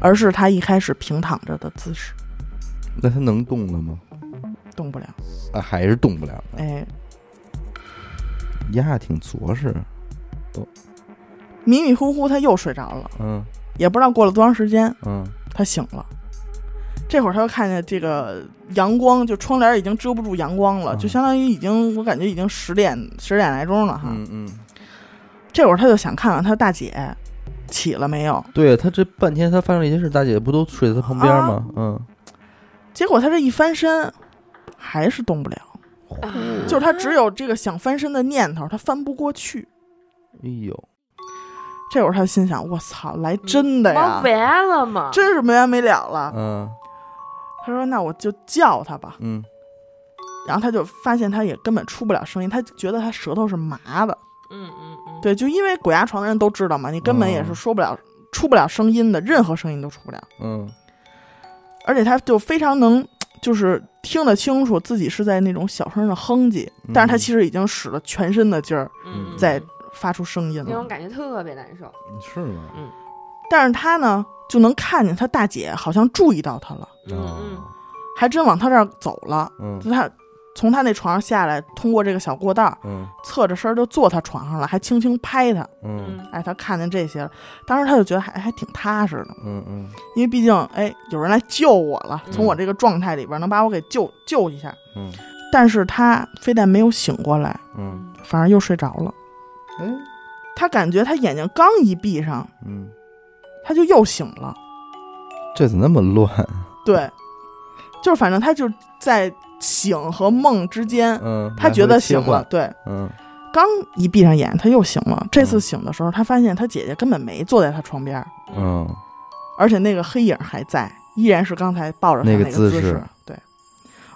而是他一开始平躺着的姿势，
那他能动了吗？
动不了。
啊，还是动不了的，
哎，
丫挺着实，
迷迷糊糊他又睡着了，
嗯
也不知道过了多长时间，
嗯
他醒了。这会儿他就看见这个阳光，就窗帘已经遮不住阳光了，
嗯
就相当于已经，我感觉已经十点十点来钟了哈。
嗯嗯，
这会儿他就想看看他大姐起了没有，
对啊他这半天他发生了一件事，大姐不都睡在他旁边
啊
吗？嗯，
结果他这一翻身，还是动不了，
嗯啊
就是他只有这个想翻身的念头，他翻不过去。
哎呦，
这会儿他心想：我操，来真的呀
往，别了嘛，
真是没完没了了。
嗯
他说：“那我就叫他吧。
嗯，”
然后他就发现他也根本出不了声音，他觉得他舌头是麻的。
嗯嗯嗯，
对，就因为鬼压床的人都知道嘛，你根本也是说不了、出不了声音的，任何声音都出不了。
嗯
而且他就非常能，就是听得清楚自己是在那种小声的哼唧，但是他
嗯
其实已经使了全身的劲儿
嗯
在
嗯
发出声音
那种
了。
感觉特别难受，
是吗？
但是他呢，就能看见他大姐好像注意到他了，
嗯
还真往他这儿走了。
嗯
就他从他那床上下来，通过这个小过道儿，
嗯
侧着身儿就坐他床上了，还轻轻拍他。
嗯
嗯
哎，他看见这些了，当时他就觉得还还挺踏实的。
嗯嗯
因为毕竟哎，有人来救我了，
嗯
从我这个状态里边能把我给救救一下。
嗯
但是他非但没有醒过来，
嗯，
反而又睡着了。
哎
他感觉他眼睛刚一闭上，
嗯，
他就又醒了。
这怎么那么乱？
对，就是反正他就在醒和梦之间，
嗯，
他觉得醒
来回切
了。
换，
对，
嗯
刚一闭上眼，他又醒了。这次
嗯
醒的时候，他发现他姐姐根本没坐在他床边儿，
嗯
而且那个黑影还在，依然是刚才抱着他
那个
个
姿
姿
势啊
对，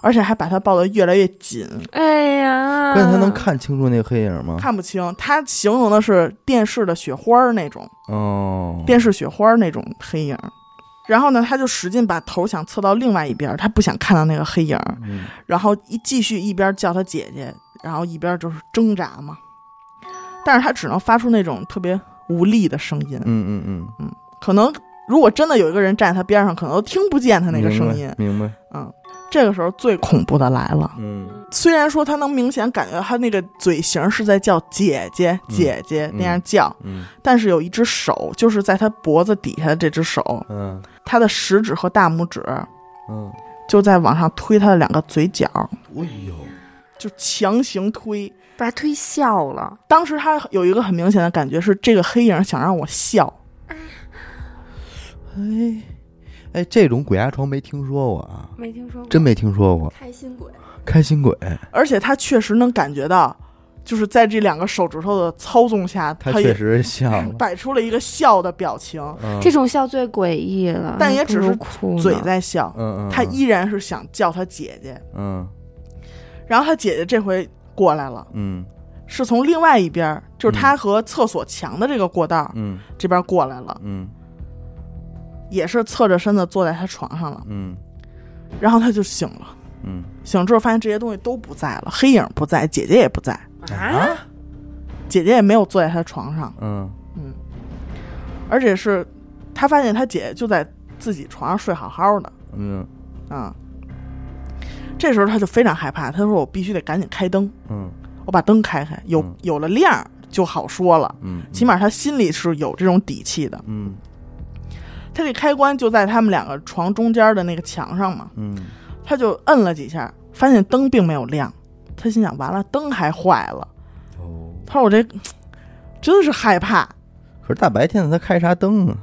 而且还把他抱得越来越紧。
哎呀，
关键他能看清楚那个黑影吗？
看不清，他形容的是电视的雪花儿那种，
哦，
电视雪花儿那种黑影儿。然后呢，他就使劲把头想侧到另外一边儿，他不想看到那个黑影儿。
嗯
然后一继续一边叫他姐姐，然后一边就是挣扎嘛。但是他只能发出那种特别无力的声音，
嗯嗯嗯，
可能如果真的有一个人站在他边上，可能都听不见他那个
明白
声音。
明白，
嗯，这个时候最恐怖的来了。
嗯
虽然说他能明显感觉到他那个嘴型是在叫姐姐
嗯
姐姐
嗯
那样叫，
嗯
但是有一只手，就是在他脖子底下的这只手，
嗯
他的食指和大拇指
嗯，
就在往上推他的两个嘴角，
哎呦，
就强行推。
把他推笑了，
当时他有一个很明显的感觉是，这个黑影想让我笑。
哎哎，这种鬼压床没听说过啊，
没听说过，
真没听说过，
嗯
开心鬼，
开心鬼，
而且他确实能感觉到就是在这两个手指头的操纵下，
他
他
确
也
实笑了。
摆出了一个笑的表情，
嗯
这种笑最诡异了，
但也只是
不如哭呢
嘴在笑，
嗯嗯，
他
嗯
依然是想叫他姐姐。
嗯
然后他姐姐这回过来了，
嗯
是从另外一边儿，就是他和厕所墙的这个过道儿、
嗯
这边过来了，
嗯
也是侧着身子坐在他床上了。
嗯
然后他就醒了，
嗯
醒之后发现这些东西都不在了，黑影不在，姐姐也不在，
啊，
姐姐也没有坐在他床上，
嗯
嗯，而且是他发现他姐姐就在自己床上睡好好的，
嗯
啊、这时候他就非常害怕，他说我必须得赶紧开灯，
嗯
我把灯开开，有
嗯
有了亮儿就好说了。
嗯，
起码他心里是有这种底气的。
嗯
他这开关就在他们两个床中间的那个墙上嘛，
嗯
他就摁了几下，发现灯并没有亮。他心想：完了，灯还坏了。
哦，
他说：“我这真是害怕。
可是大白天的他开啥灯啊？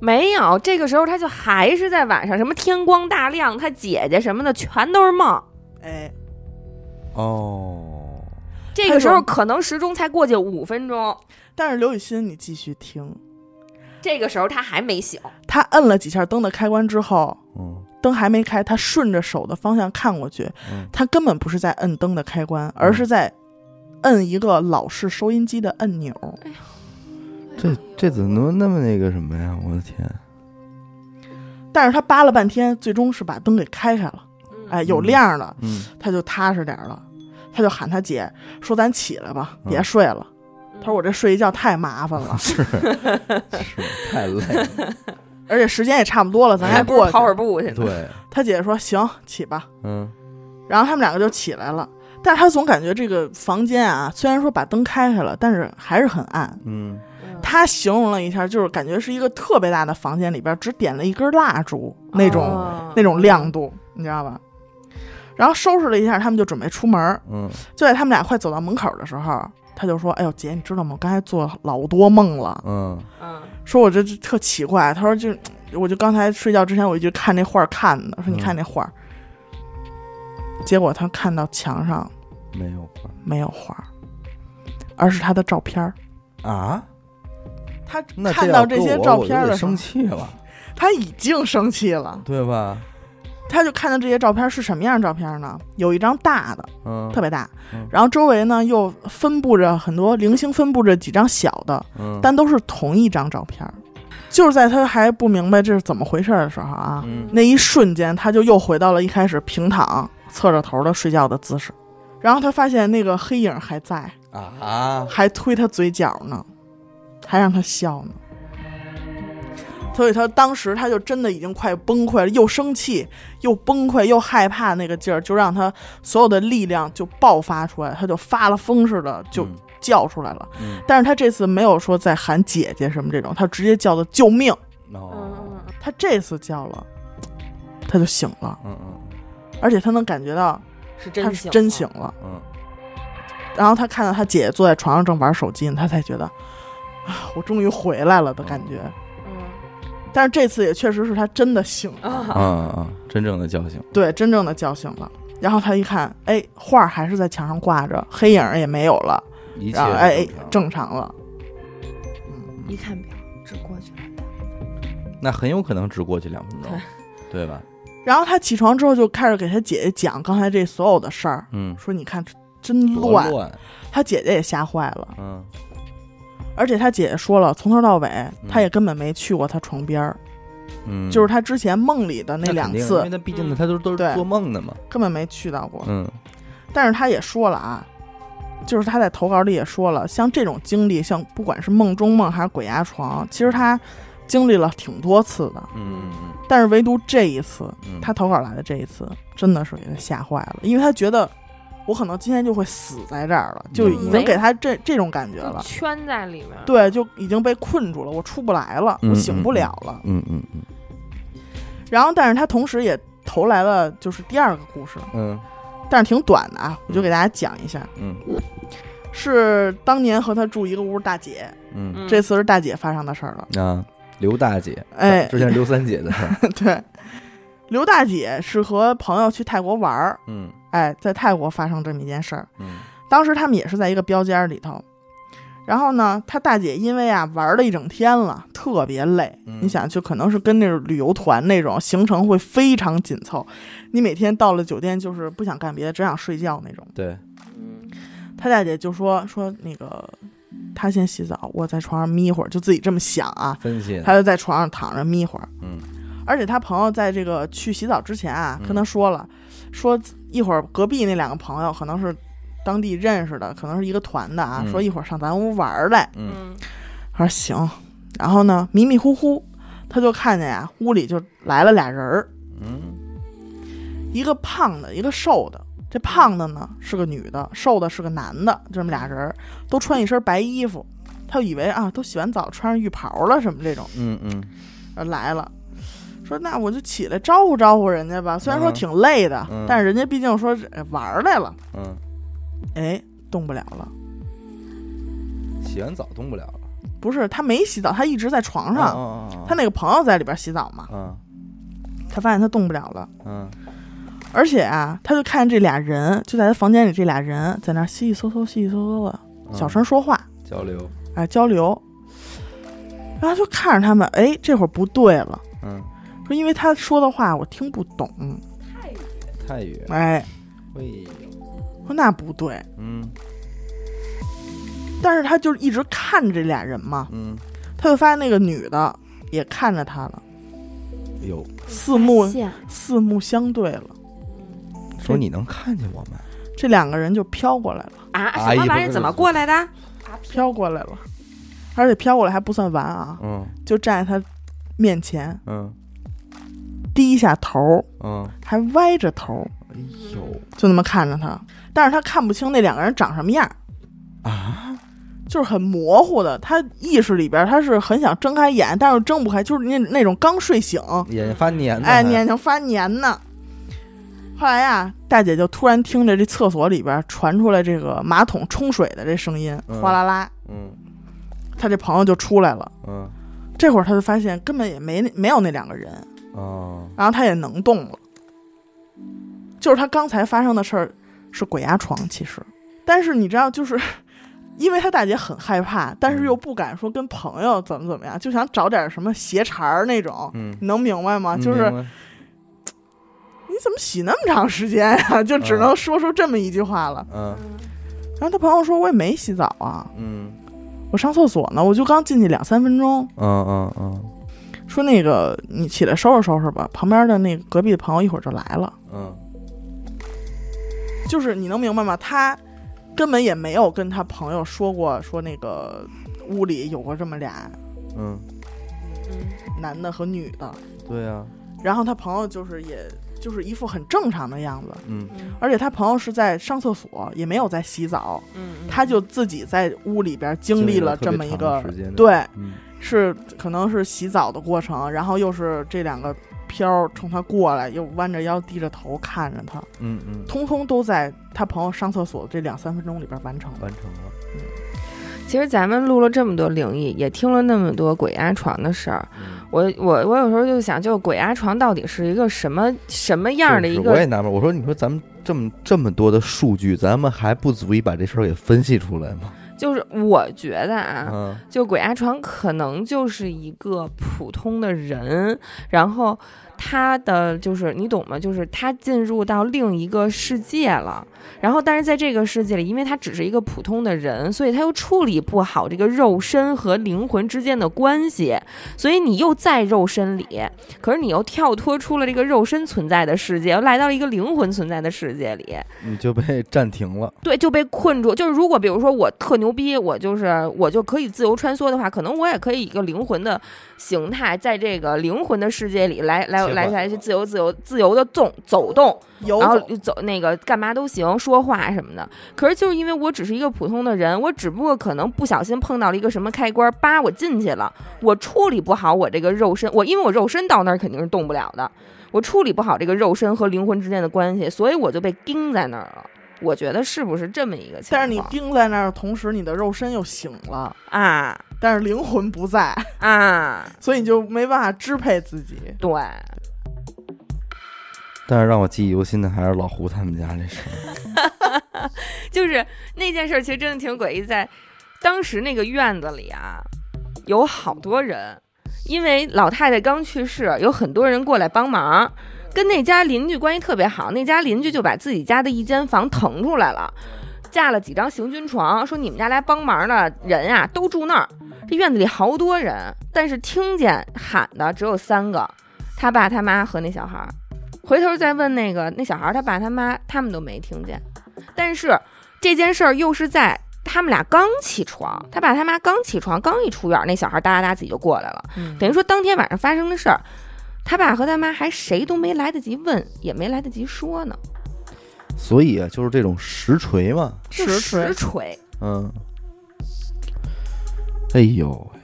没有，这个时候他就还是在晚上，什么天光大亮，他姐姐什么的全都是梦。”
哎，
哦，
这个时候可能时钟才过去五分钟，
但是刘雨欣，你继续听。
这个时候他还没醒，
他摁了几下灯的开关之后，
嗯
灯还没开，他顺着手的方向看过去，
嗯
他根本不是在摁灯的开关，而是在摁一个老式收音机的按钮。
这这怎么那么那个什么呀？我的天，
但是他扒拉半天，最终是把灯给开开了。
嗯
哎，有亮儿了，
嗯
他就踏实点儿了。他就喊他姐说：“咱起来吧，
嗯
别睡了。
嗯
他说：“我这睡一觉太麻烦了，
是是太累了，
而且时间也差不多了，
哎
咱
嗯还
还
不如
过去。
跑会儿步去呢。
对，
他姐说：“行，起吧。
嗯”
然后他们两个就起来了。但是他总感觉这个房间啊，虽然说把灯开开了，但是还是很暗。
嗯
嗯
他形容了一下，就是感觉是一个特别大的房间，里边只点了一根蜡烛那种、
哦
那种亮度，你知道吧？然后收拾了一下，他们就准备出门儿。
嗯
就在他们俩快走到门口的时候，他就说：“哎呦，姐，你知道吗？我刚才做了老多梦了，
嗯
嗯
说我这这特奇怪。”他说就：“我就刚才睡觉之前，我一直看那画儿看的，说你
嗯
看那画儿。结果他看到墙上
没有吧
没有画儿，而是他的照片儿。
啊？
他
那
看
要
到这
搁
些
我
照
我就
片儿
得
的时候
生，气了，
他已经生气了。
对吧？
他就看到这些照片儿是什么样的照片儿呢？有一张大的，
嗯，
特别大
嗯，
然后周围呢又分布着很多零星分布着几张小的，
嗯
但都是同一张照片儿。就是在他还不明白这是怎么回事儿的时候啊，
嗯
那一瞬间他就又回到了一开始平躺、侧着头的睡觉的姿势。然后他发现那个黑影还在，
啊，
还推他嘴角呢，还让他笑呢。所以他当时他就真的已经快崩溃了，又生气，又崩溃，又害怕，那个劲儿就让他所有的力量就爆发出来，他就发了疯似的就
嗯
叫出来了。
嗯
但是他这次没有说在喊姐姐什么这种，他直接叫的救命。
哦，
嗯
他这次叫了，他就醒了，
嗯嗯
而且他能感觉到
是
他
真
是
醒，
真醒。了。
嗯，
然后他看到他姐姐坐在床上正玩手机呢，他才觉得啊，我终于回来了的感觉。
嗯
但是这次也确实是他真的醒了，
啊
啊，
啊，啊真正的叫醒，
对，真正的叫醒了。然后他一看，哎，画儿还是在墙上挂着，黑影儿也没有了，
一切
然后哎
正常
正常了。嗯，
一看表，只过去了。
那很有可能只过去两分钟，对吧？
然后他起床之后就开始给他姐姐讲刚才这所有的事儿，
嗯，
说你看真
多
乱，
乱，
他姐姐也吓坏了，
嗯
而且他姐姐说了，从头到尾他也根本没去过他床边儿，
嗯，
就是他之前梦里的
那
两
肯定因
次嗯
为他毕竟他都都是
对
做梦的嘛，
根本没去到过。
嗯
但是他也说了啊，就是他在投稿里也说了，像这种经历，像不管是梦中梦还是鬼压床，其实他经历了挺多次的，
嗯嗯
但是唯独这一次，
嗯，
他投稿来的这一次，真的是给他吓坏了，因为他觉得。我可能今天就会死在这儿了，就
嗯
已经给他这这种感觉
就
了，
圈在里面。，
对，就已经被困住了，我出不来了，
嗯
我醒不了了。
嗯嗯嗯
然后，但是他同时也投来了就是第二个故事，
嗯
但是挺短的啊，我就给大家讲一下。
嗯
是当年和他住一个屋大姐，
嗯，
这次是大姐发生的事儿了。
啊，刘大姐，
哎
之前刘三姐的事 儿，
对，刘大姐是和朋友去泰国玩儿，
嗯
哎，在泰国发生这么一件事儿。
嗯
当时他们也是在一个标间儿里头。然后呢，他大姐因为啊玩了一整天了，特别累。
嗯
你想，就可能是跟那种旅游团那种行程会非常紧凑，你每天到了酒店就是不想干别的，只想睡觉那种。
对，
他大姐就说说那个，她先洗澡，我在床上眯一会儿，就自己这么想啊，
分析，
她就在床上躺着眯一会儿。
嗯，
而且他朋友在这个去洗澡之前啊，
嗯
跟他说了，说一会儿隔壁那两个朋友可能是当地认识的，可能是一个团的啊，
嗯
说一会儿上咱屋玩儿来。
嗯，
他说行，然后呢，迷迷糊糊，他就看见呀、屋里就来了俩人儿，
嗯，
一个胖的，一个瘦的。这胖的呢是个女的，瘦的是个男的，这么俩人儿都穿一身白衣服，他就以为啊都洗完澡穿上浴袍了什么这种，
嗯嗯
呃来了，说那我就起来招呼招呼人家吧，虽然说
嗯
挺累的，
嗯
但是人家毕竟说呃玩儿来了，
嗯，
哎，动不了了。
洗完澡动不了了，哦
不是他没洗澡，他一直在床上，
上
他那个朋友在里边洗澡嘛，
嗯
他发现他动不了了。
嗯
而且啊，他就看这俩人，就在他房间里，这俩人在那儿稀稀嗦嗦、稀稀嗦嗦的
嗯
小声说话，
交流，
哎，交流。然后就看着他们，哎，这会儿不对了，
嗯，
说因为他说的话我听不懂，
泰语，
哎，
喂，
说那不对，
嗯
但是他就一直看着这俩人嘛，
嗯，
他就发现那个女的也看着他了，
有
四目
现
四目相对了，
说你能看见我们，
这两个人就飘过来了，
啊，
哎
什么
不
玩意
是
儿？怎么过来的？
飘过来了，而且飘过来还不算完啊，
嗯
就站在他面前，
嗯
低下头，
嗯，
还歪着头，
哎呦
就那么看着他，但是他看不清那两个人长什么样，
啊，
就是很模糊的。他意识里边他是很想睁开眼，但是睁不开，就是那那种刚睡醒，
眼睛发黏呢，
哎，
还
眼睛发黏呢。后来呀、大姐就突然听着这厕所里边传出来这个马桶冲水的这声音，
嗯
哗啦啦，
嗯
她这朋友就出来了。
嗯
这会儿她就发现根本也没那没有那两个人，
哦，
然后她也能动了，就是她刚才发生的事儿是鬼压床，其实，但是你知道，就是因为她大姐很害怕，
嗯
但是又不敢说跟朋友怎么怎么样，就想找点什么斜茬儿那种，
嗯，
你能明白吗？就是
明白
你怎么洗那么长时间呀、 就只能说出这么一句话了。
嗯
然后她朋友说：“我也没洗澡啊，
嗯
我上厕所呢，我就刚进去两三分钟。
嗯嗯嗯”
说那个你起来收拾收拾吧，旁边的那个隔壁的朋友一会儿就来了。
嗯
就是你能明白吗？他根本也没有跟他朋友说过，说那个屋里有过这么俩
嗯，
男的和女的。
对呀，
然后他朋友就是也就是一副很正常的样子，
嗯
而且他朋友是在上厕所，也没有在洗澡，
嗯
他就自己在屋里边经历了这么一个
经历了特别长的时间
对，
嗯
是可能是洗澡的过程，然后又是这两个飘儿冲他过来，又弯着腰低着头看着他，
嗯嗯，
通通都在他朋友上厕所这两三分钟里边完成了。
完成了，
其实咱们录了这么多灵异，也听了那么多鬼压床的事儿，
嗯
我我我有时候就想，就是鬼压床到底是一个什么什么样儿的
就
一
是
个
我也纳闷，我说你说咱们这么这么多的数据，咱们还不足以把这事儿给分析出来吗？
就是我觉得啊，
嗯
就鬼压床可能就是一个普通的人，然后他的就是你懂吗？就是他进入到另一个世界了，然后但是在这个世界里，因为他只是一个普通的人，所以他又处理不好这个肉身和灵魂之间的关系，所以你又在肉身里，可是你又跳脱出了这个肉身存在的世界，又来到了一个灵魂存在的世界里。
你就被暂停了，
对，就被困住。就是如果比如说我特牛逼，我就是我就可以自由穿梭的话，可能我也可以一个灵魂的形态，在这个灵魂的世界里来来
切
来
换
来去自由自由自由的动走动，
游
然后
走
走那个干嘛都行，说话什么的。可是就是因为我只是一个普通的人，我只不过可能不小心碰到了一个什么开关，叭，我进去了，我处理不好我这个肉身，我因为我肉身到那儿肯定是动不了的，我处理不好这个肉身和灵魂之间的关系，所以我就被钉在那儿了。我觉得是不是这么一个情
但
况？
是你钉在那儿的同时，你的肉身又醒了，
啊
但是灵魂不在，
啊，
所以你就没办法支配自己。
对，
但是让我记忆犹新的还是老胡他们家这事儿。
就是那件事儿，其实真的挺诡异，在当时那个院子里啊，有好多人，因为老太太刚去世，有很多人过来帮忙。跟那家邻居关系特别好，那家邻居就把自己家的一间房腾出来了，架了几张行军床，说你们家来帮忙的人啊都住那儿。这院子里好多人，但是听见喊的只有三个，他爸、他妈和那小孩儿。回头再问那个那小孩儿，他爸、他妈，他们都没听见。但是这件事儿又是在他们俩刚起床，他爸他妈刚起床，刚一出院，那小孩哒哒哒自己就过来了。
嗯
等于说当天晚上发生的事儿，他爸和他妈还谁都没来得及问，也没来得及说呢，
所以啊，就是这种实锤嘛，
就
实锤
实锤。
嗯，哎呦喂，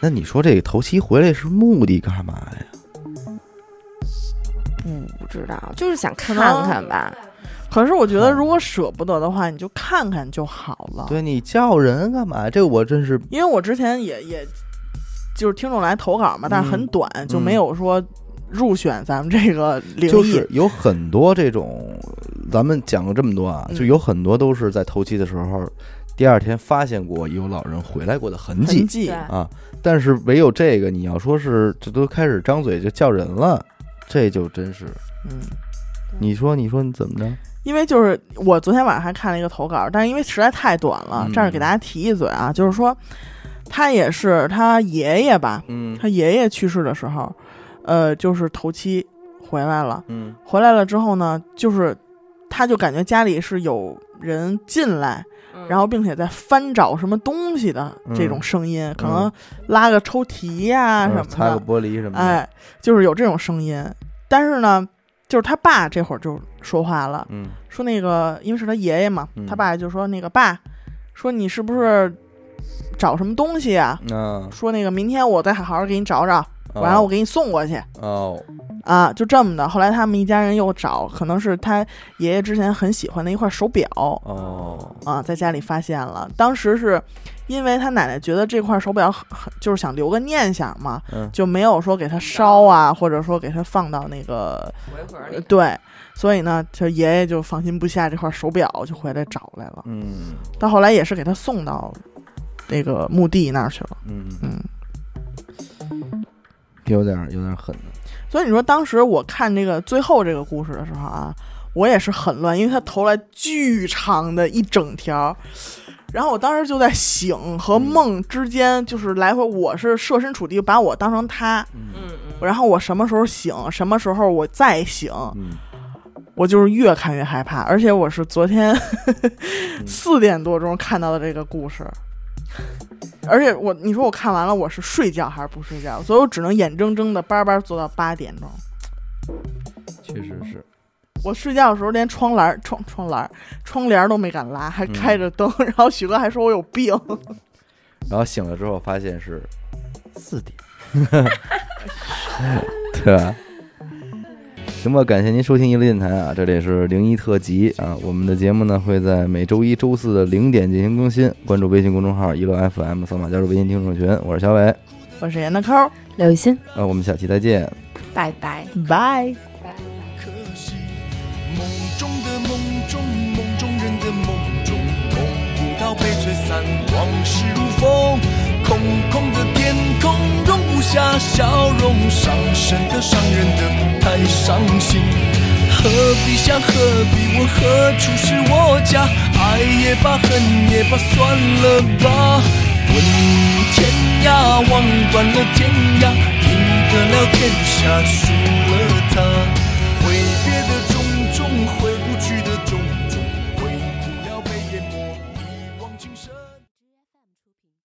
那你说这个头七回来是目的干嘛呀？
不知道，就是想看
能
看吧。
可是我觉得，如果舍不得的话，你就看看就好了。
嗯对你叫人干嘛？这我真是
因为我之前也也就是听众来投稿嘛，但是
嗯
很短，就没有说入选咱们这个灵异。
就是有很多这种，咱们讲了这么多啊，
嗯
就有很多都是在头七的时候，第二天发现过有老人回来过的痕迹
痕迹
对
啊。但是唯有这个，你要说是这都开始张嘴就叫人了，这就真是，
嗯，
你说你说你怎么着？
因为就是我昨天晚上还看了一个投稿，但是因为实在太短了
嗯，
这儿给大家提一嘴啊，就是说他也是他爷爷吧，
嗯
他爷爷去世的时候，呃，就是头七回来了，
嗯
回来了之后呢，就是他就感觉家里是有人进来，
嗯
然后并且在翻找什么东西的这
嗯
种声音，可能拉个抽屉呀、啊什
擦个
么的，
玻璃什么的，
哎，就是有这种声音。但是呢，就是他爸这会儿就说话了，
嗯
说那个因为是他爷爷嘛，
嗯
他爸就说那个爸，说你是不是找什么东西啊？
啊，
说那个明天我再好好给你找找，完了我给你送过去。
哦
啊，就这么的。后来他们一家人又找，可能是他爷爷之前很喜欢的一块手表
哦
啊，在家里发现了。当时是因为他奶奶觉得这块手表很很，就是想留个念想嘛，
嗯
就没有说给他烧啊，或者说给他放到那个
回盒
呃对。所以呢，就爷爷就放心不下这块手表，就回来找来了。
嗯
到后来也是给他送到那个墓地那儿去了。
嗯，
嗯，
有点有点狠的，
所以你说当时我看这个最后这个故事的时候啊，我也是很乱，因为他投来巨长的一整条，然后我当时就在醒和梦之间，就是来回，我是设身处地把我当成他，
嗯
嗯嗯，
然后我什么时候醒，什么时候我再醒，
嗯
我就是越看越害怕，而且我是昨天四点多钟看到的这个故事。而且我，你说我看完了，我是睡觉还是不睡觉？所以我只能眼睁睁的巴巴坐到八点钟。
确实
嗯
是，
我睡觉的时候连窗栏儿、窗窗栏儿、窗帘儿都没敢拉，还开着灯。然后许哥还说我有病，
然后醒了之后发现是四 点，对吧？行吧，感谢您收听一乐电台啊，这里是零一特辑啊。我们的节目呢会在每周一周四的零点进行更新，关注微信公众号一乐 FM，扫码加入微信听众群。我是小伟，
我是严德抠，
刘雨欣，
呃，我们下期再见。
拜拜。
拜。
可惜，梦中的梦中，梦中人的梦中，梦不到被吹散，往事如风。空空的天空容不下笑容，伤神的、伤人的，太伤心。何必想，何必问，何处是我家？爱也罢，恨也罢，算了吧。问天涯，望断了天涯，赢得了天下，输了他。